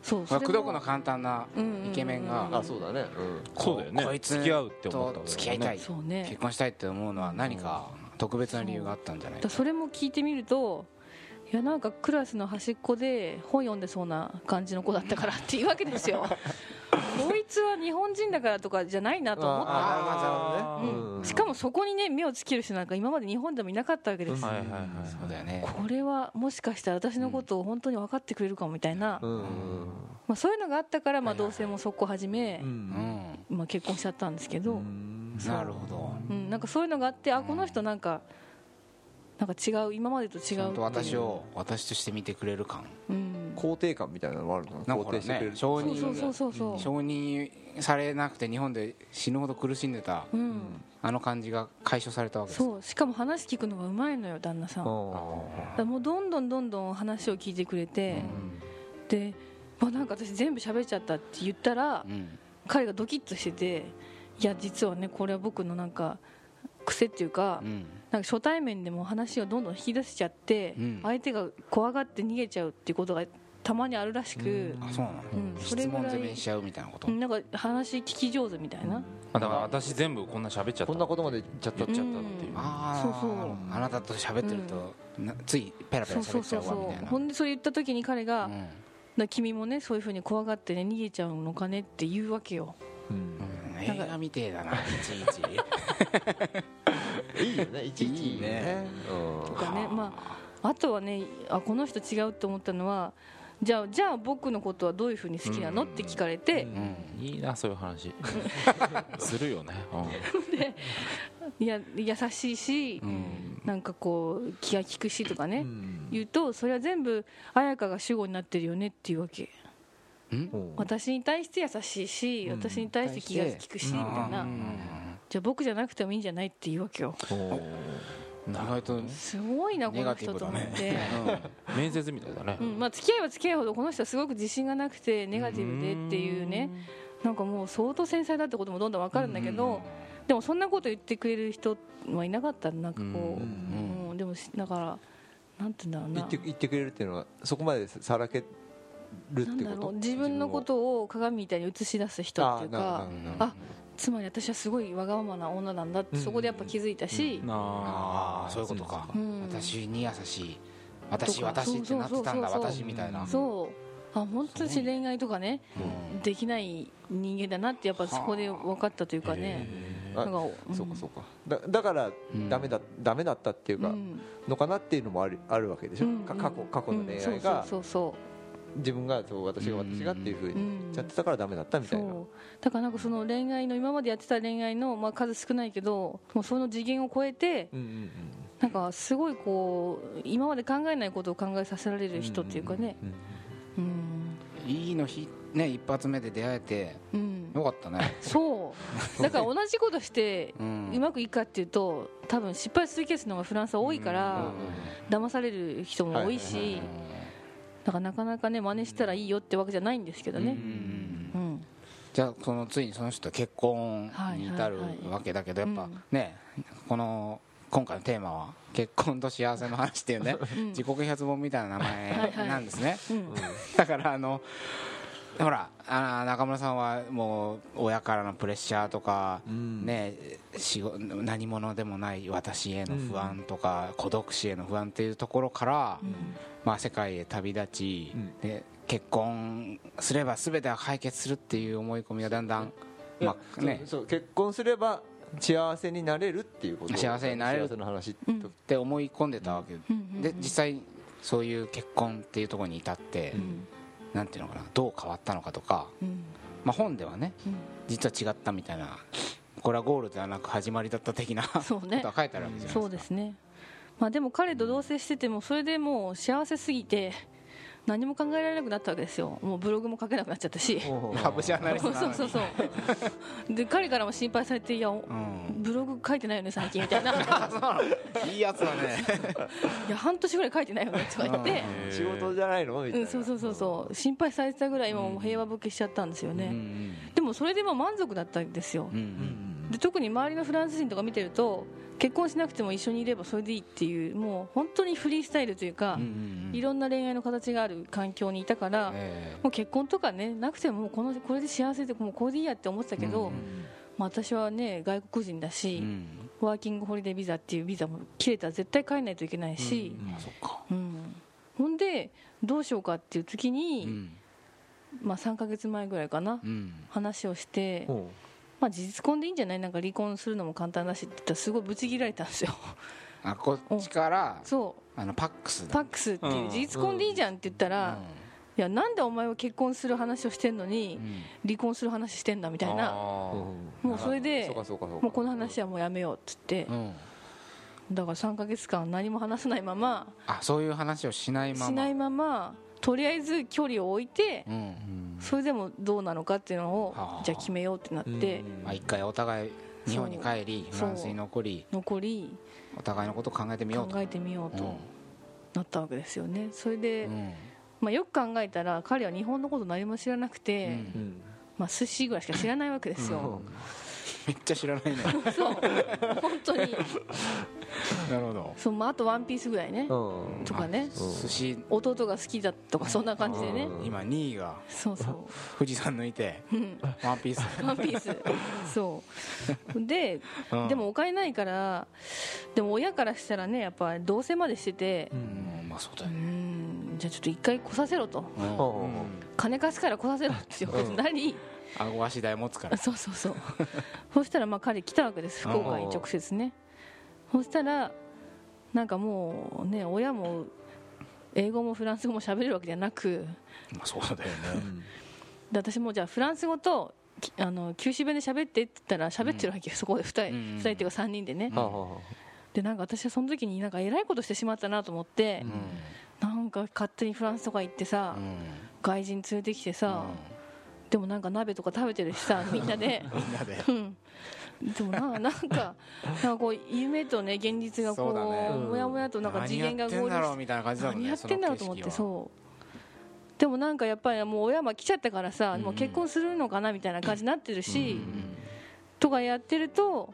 [SPEAKER 4] そう
[SPEAKER 2] 口
[SPEAKER 4] それ
[SPEAKER 2] 説
[SPEAKER 4] も
[SPEAKER 2] くの簡単な
[SPEAKER 4] うんうんうんうん
[SPEAKER 2] イケメンが
[SPEAKER 3] あそうだねうん
[SPEAKER 1] そうだよね
[SPEAKER 2] こいつ
[SPEAKER 1] 付き合うって思った
[SPEAKER 2] と付き合いたい
[SPEAKER 4] そうね
[SPEAKER 2] 結婚したいって思うのは何か特別な理由があったんじゃない
[SPEAKER 4] だそれも聞いてみるといやなんかクラスの端っこで本読んでそうな感じの子だったからっていうわけですよこいつは日本人だからとかじゃないなと思った
[SPEAKER 3] ああなるほどね
[SPEAKER 4] う、
[SPEAKER 3] うんん
[SPEAKER 4] しかもそこにね目をつける人なんか今まで日本でもいなかったわけです、
[SPEAKER 1] はいはい
[SPEAKER 2] そうだよね
[SPEAKER 4] これはもしかしたら私のことを本当に分かってくれるかもみたいな、
[SPEAKER 3] うん
[SPEAKER 4] まあ、そういうのがあったから、まあ、同棲も速攻始め、
[SPEAKER 3] う
[SPEAKER 2] うんん
[SPEAKER 4] まあ、結婚しちゃったんですけど、うん
[SPEAKER 2] なるほど
[SPEAKER 4] なんかそういうのがあってあこの人なんかなんか違う今までと違
[SPEAKER 2] ちゃ
[SPEAKER 4] うん
[SPEAKER 2] と私を私として見てくれる感
[SPEAKER 4] うん、
[SPEAKER 3] 肯定感みたいなのもあるの
[SPEAKER 2] なんか
[SPEAKER 3] 肯
[SPEAKER 2] ほら
[SPEAKER 3] 定してくれ
[SPEAKER 2] ね
[SPEAKER 3] る
[SPEAKER 2] 承
[SPEAKER 4] そうそうそ
[SPEAKER 2] 認
[SPEAKER 4] うそうそう
[SPEAKER 2] 承認されなくて日本で死ぬほど苦しんでた
[SPEAKER 4] うん
[SPEAKER 2] あの感じが解消されたわけです
[SPEAKER 4] そうしかも話聞くのがうまいのよ旦那さん、だからもうどんどんどんどん話を聞いてくれて、で、まあ、なんか私全部喋っちゃったって言ったら、
[SPEAKER 2] うん
[SPEAKER 4] 彼がドキッとしてていや実はねこれは僕のなんか癖っていうか、
[SPEAKER 2] うん
[SPEAKER 4] なんか初対面でも話をどんどん引き出しちゃって、
[SPEAKER 2] うん
[SPEAKER 4] 相手が怖がって逃げちゃうっていうことがたまにあるらしく、
[SPEAKER 2] あそうなの
[SPEAKER 4] うんそれ
[SPEAKER 2] 質
[SPEAKER 4] ぐ
[SPEAKER 2] 問
[SPEAKER 4] ら
[SPEAKER 2] 攻め
[SPEAKER 4] い
[SPEAKER 2] しちゃうみたいなこと
[SPEAKER 4] うんなんか話聞き上手みたいな、
[SPEAKER 1] だから私全部こんな喋っちゃった
[SPEAKER 3] こんなことまで言っちゃった
[SPEAKER 1] 言っちゃったっていう
[SPEAKER 2] ああ
[SPEAKER 4] そうそう
[SPEAKER 2] あなたと喋ってるとなついペラペ
[SPEAKER 4] そ
[SPEAKER 2] ラ
[SPEAKER 4] う
[SPEAKER 2] 喋
[SPEAKER 4] そう
[SPEAKER 2] っち
[SPEAKER 4] そ
[SPEAKER 2] ゃ
[SPEAKER 4] う
[SPEAKER 2] うわみた
[SPEAKER 4] そ
[SPEAKER 2] いうな
[SPEAKER 4] ほんでそれ言った時に彼が、
[SPEAKER 2] うん
[SPEAKER 4] な君もねそういうふうに怖がってね逃げちゃうのかねって言うわけよ
[SPEAKER 3] うん
[SPEAKER 2] うん映画みてえだな、いちいち。
[SPEAKER 3] いいよねいちいちいいねうん
[SPEAKER 4] とかねまああとはねあこの人違うって思ったのはじゃあじゃあ僕のことはどういうふうに好きなのって聞かれて、
[SPEAKER 2] うん
[SPEAKER 1] いいなそういう話するよね
[SPEAKER 4] いや優しいし、なんかこう気が利くしとかね、言うとそれは全部彩香が主語になってるよねっていうわけ
[SPEAKER 3] うん
[SPEAKER 4] 私に対して優しいし、
[SPEAKER 3] うん
[SPEAKER 4] 私に対して気が利くしみたいな、じゃあ僕じゃなくてもいいんじゃないっていうわけよ
[SPEAKER 2] 意外と、 うん
[SPEAKER 4] すごいなこ
[SPEAKER 2] ネ
[SPEAKER 4] の
[SPEAKER 2] ガティ
[SPEAKER 4] 人
[SPEAKER 2] ブ
[SPEAKER 4] と
[SPEAKER 2] だ
[SPEAKER 4] 思っ
[SPEAKER 2] ね
[SPEAKER 4] て、
[SPEAKER 1] うん面接みたいだね
[SPEAKER 4] うんまあ、付き合えば付き合うほどこの人はすごく自信がなくてネガティブでっていうねなんかもう相当繊細だってこともどんどん分かるんだけど、でもそんなこと言ってくれる人はいなかったなんかこう、
[SPEAKER 1] う
[SPEAKER 4] うんでもしだからなんて言うん
[SPEAKER 3] 言っ
[SPEAKER 4] だろう
[SPEAKER 3] て言ってくれるっていうのはそこまでさらけるっ
[SPEAKER 4] なな
[SPEAKER 3] てい
[SPEAKER 4] ん
[SPEAKER 3] う
[SPEAKER 4] だ
[SPEAKER 3] こ
[SPEAKER 4] ろ
[SPEAKER 3] と
[SPEAKER 4] う自分のことを鏡みたいに映し出す人っていう
[SPEAKER 3] あ
[SPEAKER 4] か
[SPEAKER 3] あ
[SPEAKER 4] あつまり私はすごいわがままな女なんだってそこでやっぱ気づいたし、
[SPEAKER 2] ああそういうことか、
[SPEAKER 4] うん
[SPEAKER 2] 私に優しい私
[SPEAKER 4] とか
[SPEAKER 2] 私ってなってたんだ
[SPEAKER 4] そうそうそうそう
[SPEAKER 2] 私みたいな
[SPEAKER 4] そうあ本当に恋愛とかね
[SPEAKER 2] うん
[SPEAKER 4] できない人間だなってやっぱそこで分かったというかねなんかうん
[SPEAKER 3] そうかそうかだだから
[SPEAKER 2] うん
[SPEAKER 3] ダメだダメだったっていう
[SPEAKER 4] う
[SPEAKER 3] か
[SPEAKER 4] ん
[SPEAKER 3] のかなっていうのもあるあるわけでしょ
[SPEAKER 4] うん
[SPEAKER 3] か過去過去の
[SPEAKER 4] うん
[SPEAKER 3] 恋
[SPEAKER 4] そ
[SPEAKER 3] 愛
[SPEAKER 4] うそう
[SPEAKER 3] が
[SPEAKER 4] そうそ
[SPEAKER 3] 自分がそう私が私がっていうふうに言っちゃってたからダメだった
[SPEAKER 4] う
[SPEAKER 3] みたいな
[SPEAKER 4] そうだからなんかその恋愛の今までやってた恋愛のまあ数少ないけどもうその次元を超えて
[SPEAKER 3] うんうんうん
[SPEAKER 4] なんかすごいこう今まで考えないことを考えさせられる人っていうかね
[SPEAKER 3] うん
[SPEAKER 4] うん
[SPEAKER 2] いいの日ね一発目で出会えて
[SPEAKER 4] うん
[SPEAKER 2] よかった ね
[SPEAKER 4] そうだから同じことして
[SPEAKER 2] うん
[SPEAKER 4] うまくいくかっていうと多分失敗するケースの方がフランスは多いか
[SPEAKER 3] うん
[SPEAKER 4] ら
[SPEAKER 3] うん
[SPEAKER 4] 騙される人も多い
[SPEAKER 3] はい
[SPEAKER 4] しだからなかなかね真似したらいいよってわけじゃないんですけど
[SPEAKER 2] う
[SPEAKER 4] ね
[SPEAKER 2] ん
[SPEAKER 4] うん
[SPEAKER 2] じゃあそのついにその人と結婚に至る
[SPEAKER 4] はいはいはい
[SPEAKER 2] わけだけどやっぱ
[SPEAKER 4] うん
[SPEAKER 2] ねこの今回のテーマは結婚と幸せの話っていうね
[SPEAKER 4] うん
[SPEAKER 2] 自己啓発本みたいな名
[SPEAKER 4] はい
[SPEAKER 2] 前
[SPEAKER 4] はい
[SPEAKER 2] なんです ね
[SPEAKER 4] うん
[SPEAKER 2] だからあのほらあ中村さんはもう親からのプレッシャーとか、
[SPEAKER 3] ん
[SPEAKER 2] ね仕事何者でもない私への不安とか、孤独死への不安っていうところから、まあ、世界へ旅立ち、
[SPEAKER 3] うん
[SPEAKER 2] で結婚すれば全ては解決するっていう思い込みがだんだん、
[SPEAKER 3] いや
[SPEAKER 2] まあね、っ
[SPEAKER 3] そうそう結婚すれば幸せになれるっていうこと
[SPEAKER 2] 幸せになれる
[SPEAKER 3] 幸せの話
[SPEAKER 4] うん
[SPEAKER 3] と
[SPEAKER 2] て思い込んでたわけ、
[SPEAKER 4] うんうん
[SPEAKER 2] で実際そういう結婚っていうところに至って、
[SPEAKER 4] うん
[SPEAKER 2] なんていうのかなどう変わったのかとか、
[SPEAKER 4] うん
[SPEAKER 2] まあ、本ではね
[SPEAKER 4] うん
[SPEAKER 2] 実は違ったみたいなこれはゴールではなく始まりだった的な
[SPEAKER 4] そうね
[SPEAKER 2] ことは書いてあるわけじゃないですか
[SPEAKER 4] そうですねまあでも彼と同棲しててもそれでもう幸せすぎて何も考えられなくなったわけですよもうブログも書けなくなっちゃったし
[SPEAKER 2] ハブシアナリス
[SPEAKER 4] そ
[SPEAKER 2] ト
[SPEAKER 4] う
[SPEAKER 2] なの
[SPEAKER 4] そ
[SPEAKER 2] に
[SPEAKER 4] うそうそうで彼からも心配されていやお
[SPEAKER 2] うん
[SPEAKER 4] ブログ書いてないよね最近みたいない
[SPEAKER 2] いいやつだね
[SPEAKER 4] や半年ぐらい書いてないよねとか言って
[SPEAKER 3] 仕事じゃないのみた
[SPEAKER 4] う
[SPEAKER 3] い
[SPEAKER 4] ん、
[SPEAKER 3] な
[SPEAKER 4] そうそうそうそう心配されてたぐらい今もう平和ボケしちゃったんですよ
[SPEAKER 2] うんう
[SPEAKER 4] ね、
[SPEAKER 2] ん
[SPEAKER 4] でもそれでも満足だったんですよ、
[SPEAKER 2] うんう
[SPEAKER 3] うん
[SPEAKER 2] ん
[SPEAKER 4] で特に周りのフランス人とか見てると結婚しなくても一緒にいればそれでいいっていうもう本当にフリースタイルというか
[SPEAKER 2] う、ん
[SPEAKER 4] いろんな恋愛の形がある環境にいたから、
[SPEAKER 2] え
[SPEAKER 4] もう結婚とかねなくてももうこのこれで幸せでもうこれでいいやって思ってたけど、
[SPEAKER 2] うん
[SPEAKER 4] まあ、私はね外国人だ
[SPEAKER 2] え
[SPEAKER 4] し、
[SPEAKER 2] うん
[SPEAKER 4] ワーキングホリデービザっていうビザも切れたら絶対帰らないといけないし、
[SPEAKER 2] あそっか
[SPEAKER 4] うんほんでどうしようかっていう時に、
[SPEAKER 2] うん
[SPEAKER 4] まあ、3ヶ月前ぐらいかな、
[SPEAKER 2] うん
[SPEAKER 4] 話をして、
[SPEAKER 3] うん
[SPEAKER 4] まあ、事実婚でいいんじゃないなんか離婚するのも簡単だしって言ったらすごいブチ切られたんですよ
[SPEAKER 2] あこっちから
[SPEAKER 4] そ
[SPEAKER 2] あのパックス
[SPEAKER 4] う
[SPEAKER 2] だ
[SPEAKER 4] パックスっていう事実婚でいいじゃんって言ったら、いやなんでお前は結婚する話をしてんのに
[SPEAKER 2] うんうん
[SPEAKER 4] 離婚する話してんだみたいな
[SPEAKER 3] うん
[SPEAKER 4] もうそれで
[SPEAKER 3] そうかそうかそうか
[SPEAKER 4] もうこの話はもうやめようっつって
[SPEAKER 2] うん
[SPEAKER 4] だから3ヶ月間何も話さないまま
[SPEAKER 2] あそういう話をしないまま
[SPEAKER 4] しないままとりあえず距離を置いて
[SPEAKER 2] うん
[SPEAKER 4] それでもどうなのかっていうのを
[SPEAKER 2] はあ
[SPEAKER 4] じゃあ決めようってなって
[SPEAKER 2] まあ一回お互い日本に帰り
[SPEAKER 4] そう
[SPEAKER 2] フランスに残り
[SPEAKER 4] 残り
[SPEAKER 2] お互いのことを考えてみよう
[SPEAKER 4] 考
[SPEAKER 2] と
[SPEAKER 4] えてみようとなったわけですよねそれ
[SPEAKER 2] う
[SPEAKER 4] で
[SPEAKER 2] ん
[SPEAKER 4] まあ、よく考えたら彼は日本のこと何も知らなくて、
[SPEAKER 2] うん
[SPEAKER 3] うん
[SPEAKER 4] まあ、寿司ぐらいしか知らないわけですよ、
[SPEAKER 2] めっちゃ知らないね
[SPEAKER 4] そう 本当に
[SPEAKER 2] なるほど
[SPEAKER 4] そう、まあ、あと「ワンピースぐらいね、
[SPEAKER 3] うん
[SPEAKER 4] とかね
[SPEAKER 2] 寿司
[SPEAKER 4] 弟が好きだとかそんな感じでね、
[SPEAKER 3] うん
[SPEAKER 2] 今2位が
[SPEAKER 4] そうそ
[SPEAKER 2] 富士山抜いて
[SPEAKER 4] う、うん、
[SPEAKER 2] ワンピース
[SPEAKER 4] ワンピースそうで、
[SPEAKER 2] うん
[SPEAKER 4] でもお金ないからでも親からしたらねやっぱ同棲までしてて
[SPEAKER 3] う
[SPEAKER 2] うんんまあそうだ
[SPEAKER 4] う
[SPEAKER 2] よね
[SPEAKER 4] んじゃあちょっと一回来させろと
[SPEAKER 2] うん
[SPEAKER 3] うん
[SPEAKER 4] 金貸すから来させろっていうことになり、
[SPEAKER 2] 顎足台持つから
[SPEAKER 4] そうそうそうそしたらまあ彼来たわけです福岡に直接ねそしたらなんかもうね親も英語もフランス語も喋れるわけじゃなく
[SPEAKER 2] まあそうだよね
[SPEAKER 4] で私もじゃあフランス語ときあの九州弁で喋ってって言ったら喋ってるわけよ、そこで2人、
[SPEAKER 2] うんうん
[SPEAKER 4] 2人っていうか3人でね、
[SPEAKER 2] ん
[SPEAKER 3] はあは
[SPEAKER 4] でなんか私はその時になんか偉いことしてしまったなと思って
[SPEAKER 2] う、ん
[SPEAKER 4] なんか勝手にフランスとか行ってさ、
[SPEAKER 2] うん
[SPEAKER 4] 外人連れてきてさ、でもなんか鍋とか食べてるし さみんなで。
[SPEAKER 2] みんなで
[SPEAKER 4] うん、でもななんかなんかこう夢とね現実がこ
[SPEAKER 2] そう
[SPEAKER 4] う
[SPEAKER 2] だね
[SPEAKER 3] うん
[SPEAKER 4] もやもやとなんか次元が
[SPEAKER 2] 何やってん
[SPEAKER 4] 合流
[SPEAKER 2] だろう
[SPEAKER 4] し
[SPEAKER 2] みたいな感じ
[SPEAKER 4] て
[SPEAKER 2] だもん
[SPEAKER 4] 何
[SPEAKER 2] ね
[SPEAKER 4] やってんだろうと思って
[SPEAKER 2] その
[SPEAKER 4] そうでもなんかやっぱりもう親は来ちゃったからさ、
[SPEAKER 2] うん
[SPEAKER 4] もう結婚するのかなみたいな感じになってる
[SPEAKER 2] 景色は
[SPEAKER 4] し、
[SPEAKER 2] うん
[SPEAKER 4] とかやってると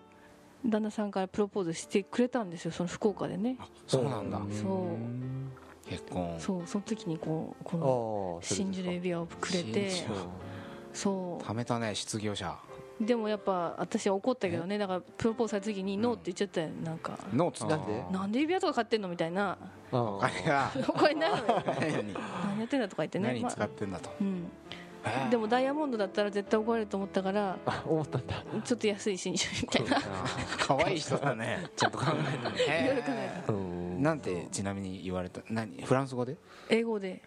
[SPEAKER 4] 旦那さんからプロポーズしてくれたんですよその福岡でね
[SPEAKER 2] あそうなんだ
[SPEAKER 4] そ
[SPEAKER 2] 結婚
[SPEAKER 4] そうその時にこうこ
[SPEAKER 3] あ
[SPEAKER 4] の
[SPEAKER 3] ーそれ
[SPEAKER 4] 真
[SPEAKER 3] です
[SPEAKER 4] 珠
[SPEAKER 3] か
[SPEAKER 4] の指輪をくれて
[SPEAKER 2] 真珠
[SPEAKER 4] そ
[SPEAKER 2] 貯めたね失業者
[SPEAKER 4] うでもやっぱ私は怒ったけどねだからプロポーズされた時に「ノー」って言っちゃったよなんか
[SPEAKER 2] ノーツ
[SPEAKER 3] なんで
[SPEAKER 4] 「なんで指輪とか買ってんの?」みた いな
[SPEAKER 3] あ
[SPEAKER 2] お
[SPEAKER 3] ー
[SPEAKER 2] 金が
[SPEAKER 4] 「これ何
[SPEAKER 2] 何に
[SPEAKER 4] 何やってんだ」とか言ってね
[SPEAKER 2] 何に
[SPEAKER 4] ま
[SPEAKER 2] 使
[SPEAKER 4] あ
[SPEAKER 2] ってんだと
[SPEAKER 4] うん
[SPEAKER 2] えー
[SPEAKER 4] でもダイヤモンドだったら絶対怒られると思ったから
[SPEAKER 3] あ思ったんだ
[SPEAKER 4] ちょっと安い真珠みたい な
[SPEAKER 2] 可愛い人だねちゃんと考えたね
[SPEAKER 4] いろ
[SPEAKER 2] へ
[SPEAKER 4] いろ考え
[SPEAKER 2] ー
[SPEAKER 3] うん
[SPEAKER 2] なんてちなみに言われた何フランス語で
[SPEAKER 4] 英語で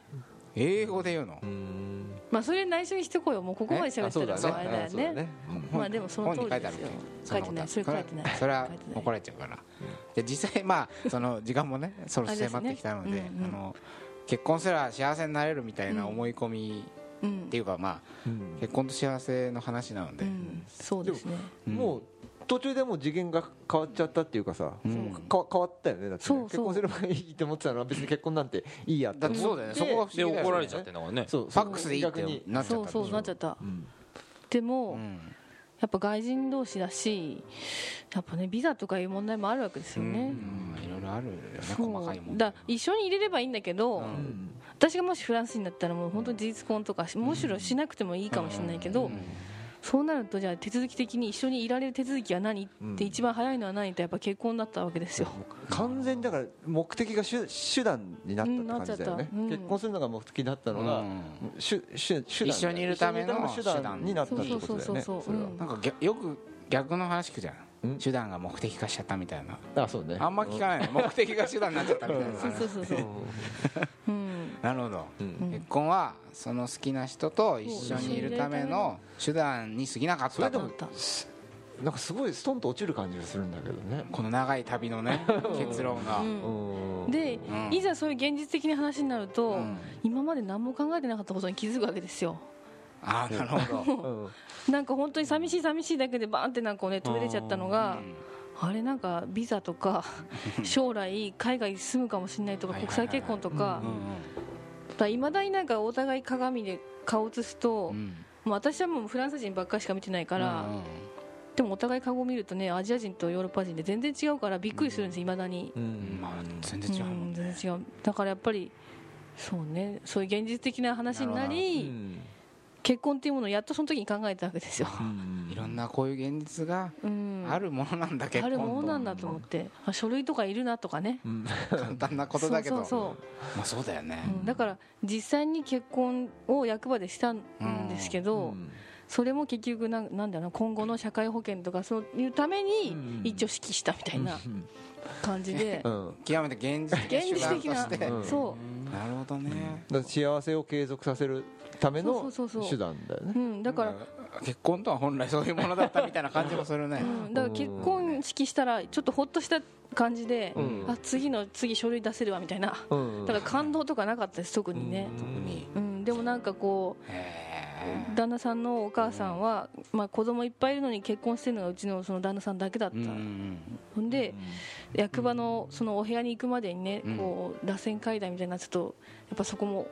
[SPEAKER 2] 英語で言うの
[SPEAKER 3] うん
[SPEAKER 4] まあそれ内緒にしてこいよもうここまで喋
[SPEAKER 3] あそう
[SPEAKER 4] っ
[SPEAKER 3] だ
[SPEAKER 4] たらもうあれ
[SPEAKER 3] ね
[SPEAKER 4] だよ
[SPEAKER 3] そうだ
[SPEAKER 4] ね
[SPEAKER 3] ね
[SPEAKER 4] まあでもその通り
[SPEAKER 2] 本に書いて
[SPEAKER 4] で
[SPEAKER 2] ある
[SPEAKER 4] すよ
[SPEAKER 2] そ
[SPEAKER 4] 書
[SPEAKER 2] ん
[SPEAKER 4] いてないそ
[SPEAKER 2] こ
[SPEAKER 4] れ
[SPEAKER 2] と
[SPEAKER 4] 書いてない
[SPEAKER 2] それは
[SPEAKER 4] 書いてない
[SPEAKER 2] 怒られちゃうからで実際まあその時間もねそろそろ迫ってきたの
[SPEAKER 4] あれ
[SPEAKER 2] で
[SPEAKER 4] ですねうんうん
[SPEAKER 2] あの結婚すら幸せになれるみたいな思い込み
[SPEAKER 4] う
[SPEAKER 2] っ
[SPEAKER 4] ん
[SPEAKER 2] ていうかまあ
[SPEAKER 3] うん
[SPEAKER 2] 結婚と幸せの話なの
[SPEAKER 4] う
[SPEAKER 2] で
[SPEAKER 4] んそうですね
[SPEAKER 2] うん
[SPEAKER 3] もう途中でもう次元が変わっちゃったっていうかさ、
[SPEAKER 2] うん
[SPEAKER 3] か変わったよねだってね
[SPEAKER 4] そうそう
[SPEAKER 3] 結婚すればいいって思ってたのは別に結婚なんていいやって
[SPEAKER 2] だっ
[SPEAKER 3] 思
[SPEAKER 2] て
[SPEAKER 3] って
[SPEAKER 2] そうだよねそこが不思
[SPEAKER 1] で
[SPEAKER 2] 議だよね
[SPEAKER 1] 怒られちゃってんだからね
[SPEAKER 3] そう
[SPEAKER 2] ファックスでいいっ
[SPEAKER 3] 逆
[SPEAKER 2] て
[SPEAKER 3] に
[SPEAKER 2] なっちゃ
[SPEAKER 4] そ
[SPEAKER 2] っ
[SPEAKER 4] う
[SPEAKER 2] た
[SPEAKER 4] そうなっちゃ
[SPEAKER 2] ゃ
[SPEAKER 4] った
[SPEAKER 3] うん
[SPEAKER 4] でもやっぱ外人同士だしやっぱねビザとかいう問題もあるわけですよね
[SPEAKER 2] いろいろあるよね
[SPEAKER 4] そ
[SPEAKER 2] 細か
[SPEAKER 4] う
[SPEAKER 2] いもん
[SPEAKER 4] だ一緒に入れればいいんだけど
[SPEAKER 2] うん
[SPEAKER 4] 私がもしフランスになったらもう本当に事実婚とかしむしろしなくてもいいかもしれないけどそうなるとじゃあ手続き的に一緒にいられる手続きは何
[SPEAKER 3] うん
[SPEAKER 4] って一番早いのは何ってやっぱ結婚だったわけですよ
[SPEAKER 3] 完全にだから目的が手手段になったって感じだよね、
[SPEAKER 4] うんなっちゃったうん
[SPEAKER 3] 結婚するのが目的になったのが、
[SPEAKER 2] うん
[SPEAKER 3] 手手手段
[SPEAKER 2] 一緒にいるための
[SPEAKER 3] 一緒にいるための手段になったってことだよね
[SPEAKER 4] そうそうそうそう
[SPEAKER 3] れは
[SPEAKER 2] なんかぎゃよく逆の話聞くじゃ
[SPEAKER 3] ん
[SPEAKER 2] ん手段が目的化しちゃったみたいな
[SPEAKER 3] あそうね
[SPEAKER 2] あんま聞かないの目的が手段になっちゃったみたいな
[SPEAKER 4] そうそうそうそう うん
[SPEAKER 2] なるほど
[SPEAKER 3] うん
[SPEAKER 4] うん
[SPEAKER 2] 結婚はその好きな人と一緒にいるための手段に過ぎなかっ
[SPEAKER 3] そ
[SPEAKER 2] た
[SPEAKER 3] れで
[SPEAKER 2] と
[SPEAKER 3] も
[SPEAKER 4] だった
[SPEAKER 3] すなんかすごいストンと落ちる感じがするんだけどね
[SPEAKER 2] この長い旅のね結論が
[SPEAKER 4] うん
[SPEAKER 3] うん
[SPEAKER 4] で、
[SPEAKER 2] うん
[SPEAKER 4] いざそういう現実的な話になると、
[SPEAKER 2] ん
[SPEAKER 4] 今まで何も考えてなかったことに気づくわけですよ
[SPEAKER 2] ああなるほど
[SPEAKER 3] うん
[SPEAKER 4] なんか本当に寂しい寂しいだけでバーンってなんかこうね飛び出ちゃったのが、あれなんかビザとか将来海外に住むかもしれないとか
[SPEAKER 2] はいはい
[SPEAKER 4] 国
[SPEAKER 2] はい
[SPEAKER 4] 際結婚とか
[SPEAKER 3] う
[SPEAKER 4] いまだになんかお互い鏡で顔映すと、
[SPEAKER 2] うんう
[SPEAKER 4] も
[SPEAKER 2] ん
[SPEAKER 4] う私はもうフランス人ばっかりしか見てないから、
[SPEAKER 2] うん
[SPEAKER 4] でもお互い顔を見るとねアジア人とヨーロッパ人で全然違うからびっくりするんですいまだに
[SPEAKER 3] う
[SPEAKER 2] うん
[SPEAKER 3] ん
[SPEAKER 2] まあ全然違うもん
[SPEAKER 4] うん
[SPEAKER 2] ね
[SPEAKER 4] 全然違うだからやっぱりそうねそういう現実的な話にな
[SPEAKER 3] う
[SPEAKER 4] り
[SPEAKER 3] ん
[SPEAKER 4] 結婚っていうものをやっとその時に考えたわけですよ、
[SPEAKER 2] いろんなこういう現実が
[SPEAKER 4] うん、
[SPEAKER 2] あるものなんだ結
[SPEAKER 4] あ
[SPEAKER 2] 婚
[SPEAKER 4] るものなん
[SPEAKER 2] だ
[SPEAKER 4] だと思ってあ書類とかいるなとかね
[SPEAKER 3] うん
[SPEAKER 2] 簡単なことだけど
[SPEAKER 4] そうそう
[SPEAKER 2] まあそうだよね
[SPEAKER 4] そう、うんだから実際に結婚を役場でしたんですけど、それも結局なんなんだろうな今後の社会保険とかそういうために
[SPEAKER 3] うん
[SPEAKER 4] 一応指揮したみたいな感じで
[SPEAKER 3] うん
[SPEAKER 2] 極めて現実的
[SPEAKER 4] 現
[SPEAKER 2] な
[SPEAKER 4] 実
[SPEAKER 2] 手
[SPEAKER 4] 的
[SPEAKER 2] 段
[SPEAKER 4] な
[SPEAKER 2] として
[SPEAKER 3] うん
[SPEAKER 4] そ
[SPEAKER 2] なるほどね
[SPEAKER 3] だから幸せを継続させるため
[SPEAKER 4] そ
[SPEAKER 3] の
[SPEAKER 4] うそうそうそう
[SPEAKER 3] 手段だよ
[SPEAKER 4] う、
[SPEAKER 3] ね
[SPEAKER 4] うん、だから
[SPEAKER 2] 結婚とは本来そういうものだったみたいな感じもするね
[SPEAKER 4] うん、だから結婚式したらちょっとほっとした感じで、
[SPEAKER 3] うん
[SPEAKER 4] あ次の次書類出せるわみたいな
[SPEAKER 3] うん
[SPEAKER 4] だから感動とかなかったです特にね、
[SPEAKER 2] 特に
[SPEAKER 4] うんでもなんかこ
[SPEAKER 2] へ
[SPEAKER 4] う旦那さんのお母さんは、まあ、子供いっぱいいるのに結婚してるのがうちのその旦那さんだけだった、
[SPEAKER 2] えうん
[SPEAKER 4] ほんで役場のそのお部屋に行くまでにね、
[SPEAKER 2] うん
[SPEAKER 4] こう螺旋階段みたいなちょっとやっぱそこも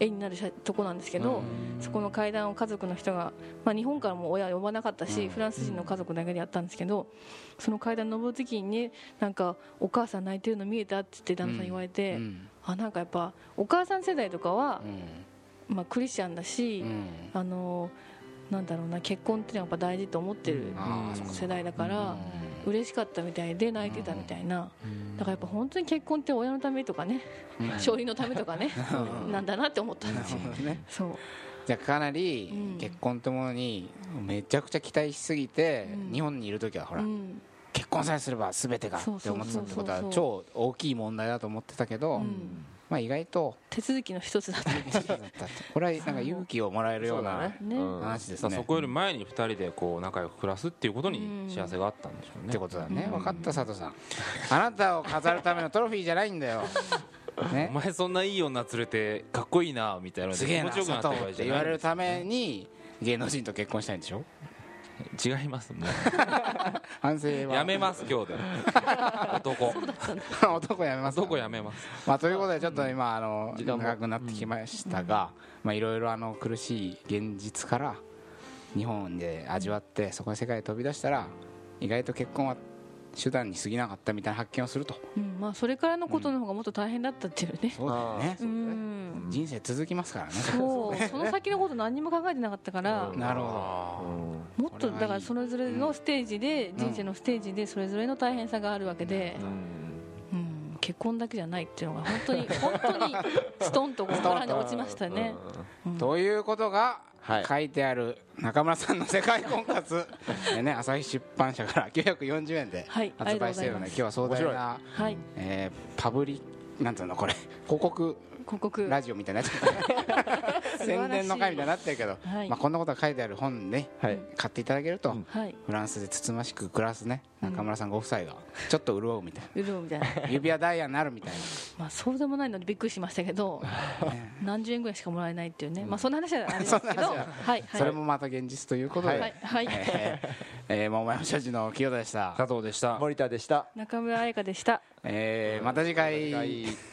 [SPEAKER 4] 絵になるしとこなんですけど、そこの階段を家族の人が、まあ、日本からも親呼ばなかったし、
[SPEAKER 2] うん
[SPEAKER 4] フランス人の家族だけでやったんですけどその階段登る時にねなんかお母さん泣いてるの見えたって言って旦那さん言われて、
[SPEAKER 2] うん
[SPEAKER 4] あなんかやっぱお母さん世代とかは
[SPEAKER 2] う、ん
[SPEAKER 4] まあ、クリスチャンだし、
[SPEAKER 2] うん
[SPEAKER 4] あのなんだろうな結婚っていうのはやっぱ大事と思ってる
[SPEAKER 2] あーそっか
[SPEAKER 4] 世代だから。嬉しかったみたいで泣いてたみたいな、だからやっぱ本当に結婚って親のためとかね、勝利のためとかね、なんだなって思ったんですよ
[SPEAKER 2] なるほどね
[SPEAKER 4] そう
[SPEAKER 2] じゃあかな
[SPEAKER 4] う
[SPEAKER 2] り
[SPEAKER 4] ん
[SPEAKER 2] 結婚ってものにめちゃくちゃ期待しすぎて
[SPEAKER 4] うん
[SPEAKER 2] 日本にいる時はほら
[SPEAKER 4] うん
[SPEAKER 2] 結婚さえすれば全てが
[SPEAKER 4] そう
[SPEAKER 2] って
[SPEAKER 4] そう
[SPEAKER 2] 思ってたってこと
[SPEAKER 4] そ
[SPEAKER 2] は
[SPEAKER 4] うそ
[SPEAKER 2] 超大きい問題だと思ってたけど
[SPEAKER 4] うん
[SPEAKER 2] まあ意外と
[SPEAKER 4] 手続きの一つだったみたい
[SPEAKER 2] だったってこれはなんか勇気をもらえるような
[SPEAKER 4] ね
[SPEAKER 3] うん
[SPEAKER 2] 話です
[SPEAKER 1] だから
[SPEAKER 2] ね
[SPEAKER 1] そこより前に2人でこう仲良く暮らすっていうことに幸せがあったんでしょうね
[SPEAKER 2] ってことだね分かった佐藤さんあなたを飾るためのトロフィーじゃないんだ よ
[SPEAKER 1] お
[SPEAKER 2] ね
[SPEAKER 1] 前そんないい女連れてかっこいいなみたいなのです
[SPEAKER 2] げ
[SPEAKER 1] 気持
[SPEAKER 2] えな
[SPEAKER 1] ちよ
[SPEAKER 2] 佐
[SPEAKER 1] くなった場
[SPEAKER 2] 藤
[SPEAKER 1] 合
[SPEAKER 2] っ
[SPEAKER 1] じ
[SPEAKER 2] て
[SPEAKER 1] ゃ
[SPEAKER 2] 言
[SPEAKER 1] な
[SPEAKER 2] わ
[SPEAKER 1] い
[SPEAKER 2] れるために芸能人と結婚したいんでしょ
[SPEAKER 1] 違います も
[SPEAKER 2] 反省
[SPEAKER 1] う
[SPEAKER 2] は
[SPEAKER 1] やめます今 日で男
[SPEAKER 2] す 男やめますか
[SPEAKER 1] 男やめます
[SPEAKER 2] まあ、ということでちょっと今あの
[SPEAKER 3] 時間も
[SPEAKER 2] 長くなってきましたがまあいろいろあの苦しい現実から日本で味わってそこで世界へ飛び出したら意外と結婚は手段に過ぎなかったみたいな発見をすると
[SPEAKER 4] うんまあ、それからのことの方がもっと大変だったっていうね、
[SPEAKER 2] そうだよね
[SPEAKER 4] う、ん
[SPEAKER 2] 人生続きますからね
[SPEAKER 4] そうその先のこと何にも考えてなかったから、
[SPEAKER 2] なるほ
[SPEAKER 3] う
[SPEAKER 2] ど
[SPEAKER 3] ん
[SPEAKER 4] もっとだからそれぞれのステージで、人生のステージでそれぞれの大変さがあるわけで、うん結婚だけじゃないっていうのが本当 に本当にストンとこう空に落ちましたね、うん
[SPEAKER 2] ということが
[SPEAKER 3] はい
[SPEAKER 2] 書いてある中村さんの世界婚活 でね朝日出版社から940円で
[SPEAKER 4] はいあ
[SPEAKER 2] 発
[SPEAKER 4] りがとうご
[SPEAKER 2] 売して
[SPEAKER 4] ざ
[SPEAKER 2] る
[SPEAKER 4] い
[SPEAKER 2] ので
[SPEAKER 4] ま
[SPEAKER 2] 今
[SPEAKER 4] す
[SPEAKER 2] 日は壮大な、
[SPEAKER 4] はい
[SPEAKER 2] えーパブリなんていうの これ広告
[SPEAKER 4] 広告
[SPEAKER 2] ラジオみたいになっちゃった
[SPEAKER 4] 素晴らしい
[SPEAKER 2] 宣伝の回みたいになってるけど、
[SPEAKER 4] はい
[SPEAKER 2] まあ、こんなことが書いてある本ね
[SPEAKER 3] はい
[SPEAKER 2] 買っていただけると、
[SPEAKER 4] はい
[SPEAKER 2] フランスでつつましく暮らすね
[SPEAKER 4] うん
[SPEAKER 2] 中村さんご夫妻がちょっと潤うみたいう
[SPEAKER 4] るうみた いな
[SPEAKER 2] な指輪ダイヤになるみたい
[SPEAKER 4] まあそうでもないのでびっくりしましたけど何十円ぐらいしかもらえないっていうね、まあそんな話はあれです
[SPEAKER 2] そ
[SPEAKER 4] けど
[SPEAKER 2] んな話は
[SPEAKER 4] はい
[SPEAKER 2] な
[SPEAKER 4] はい
[SPEAKER 2] それもまた現実ということ
[SPEAKER 4] は
[SPEAKER 2] で、
[SPEAKER 4] いはい、
[SPEAKER 2] えーえー桃山社事の清田でした
[SPEAKER 1] 加藤でした
[SPEAKER 3] 森田でした
[SPEAKER 4] 中村彩香でした
[SPEAKER 2] えーまた次回
[SPEAKER 3] また次回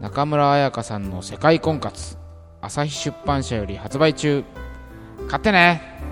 [SPEAKER 2] 中村彩香さんの「世界婚活」朝日出版社より発売中買ってね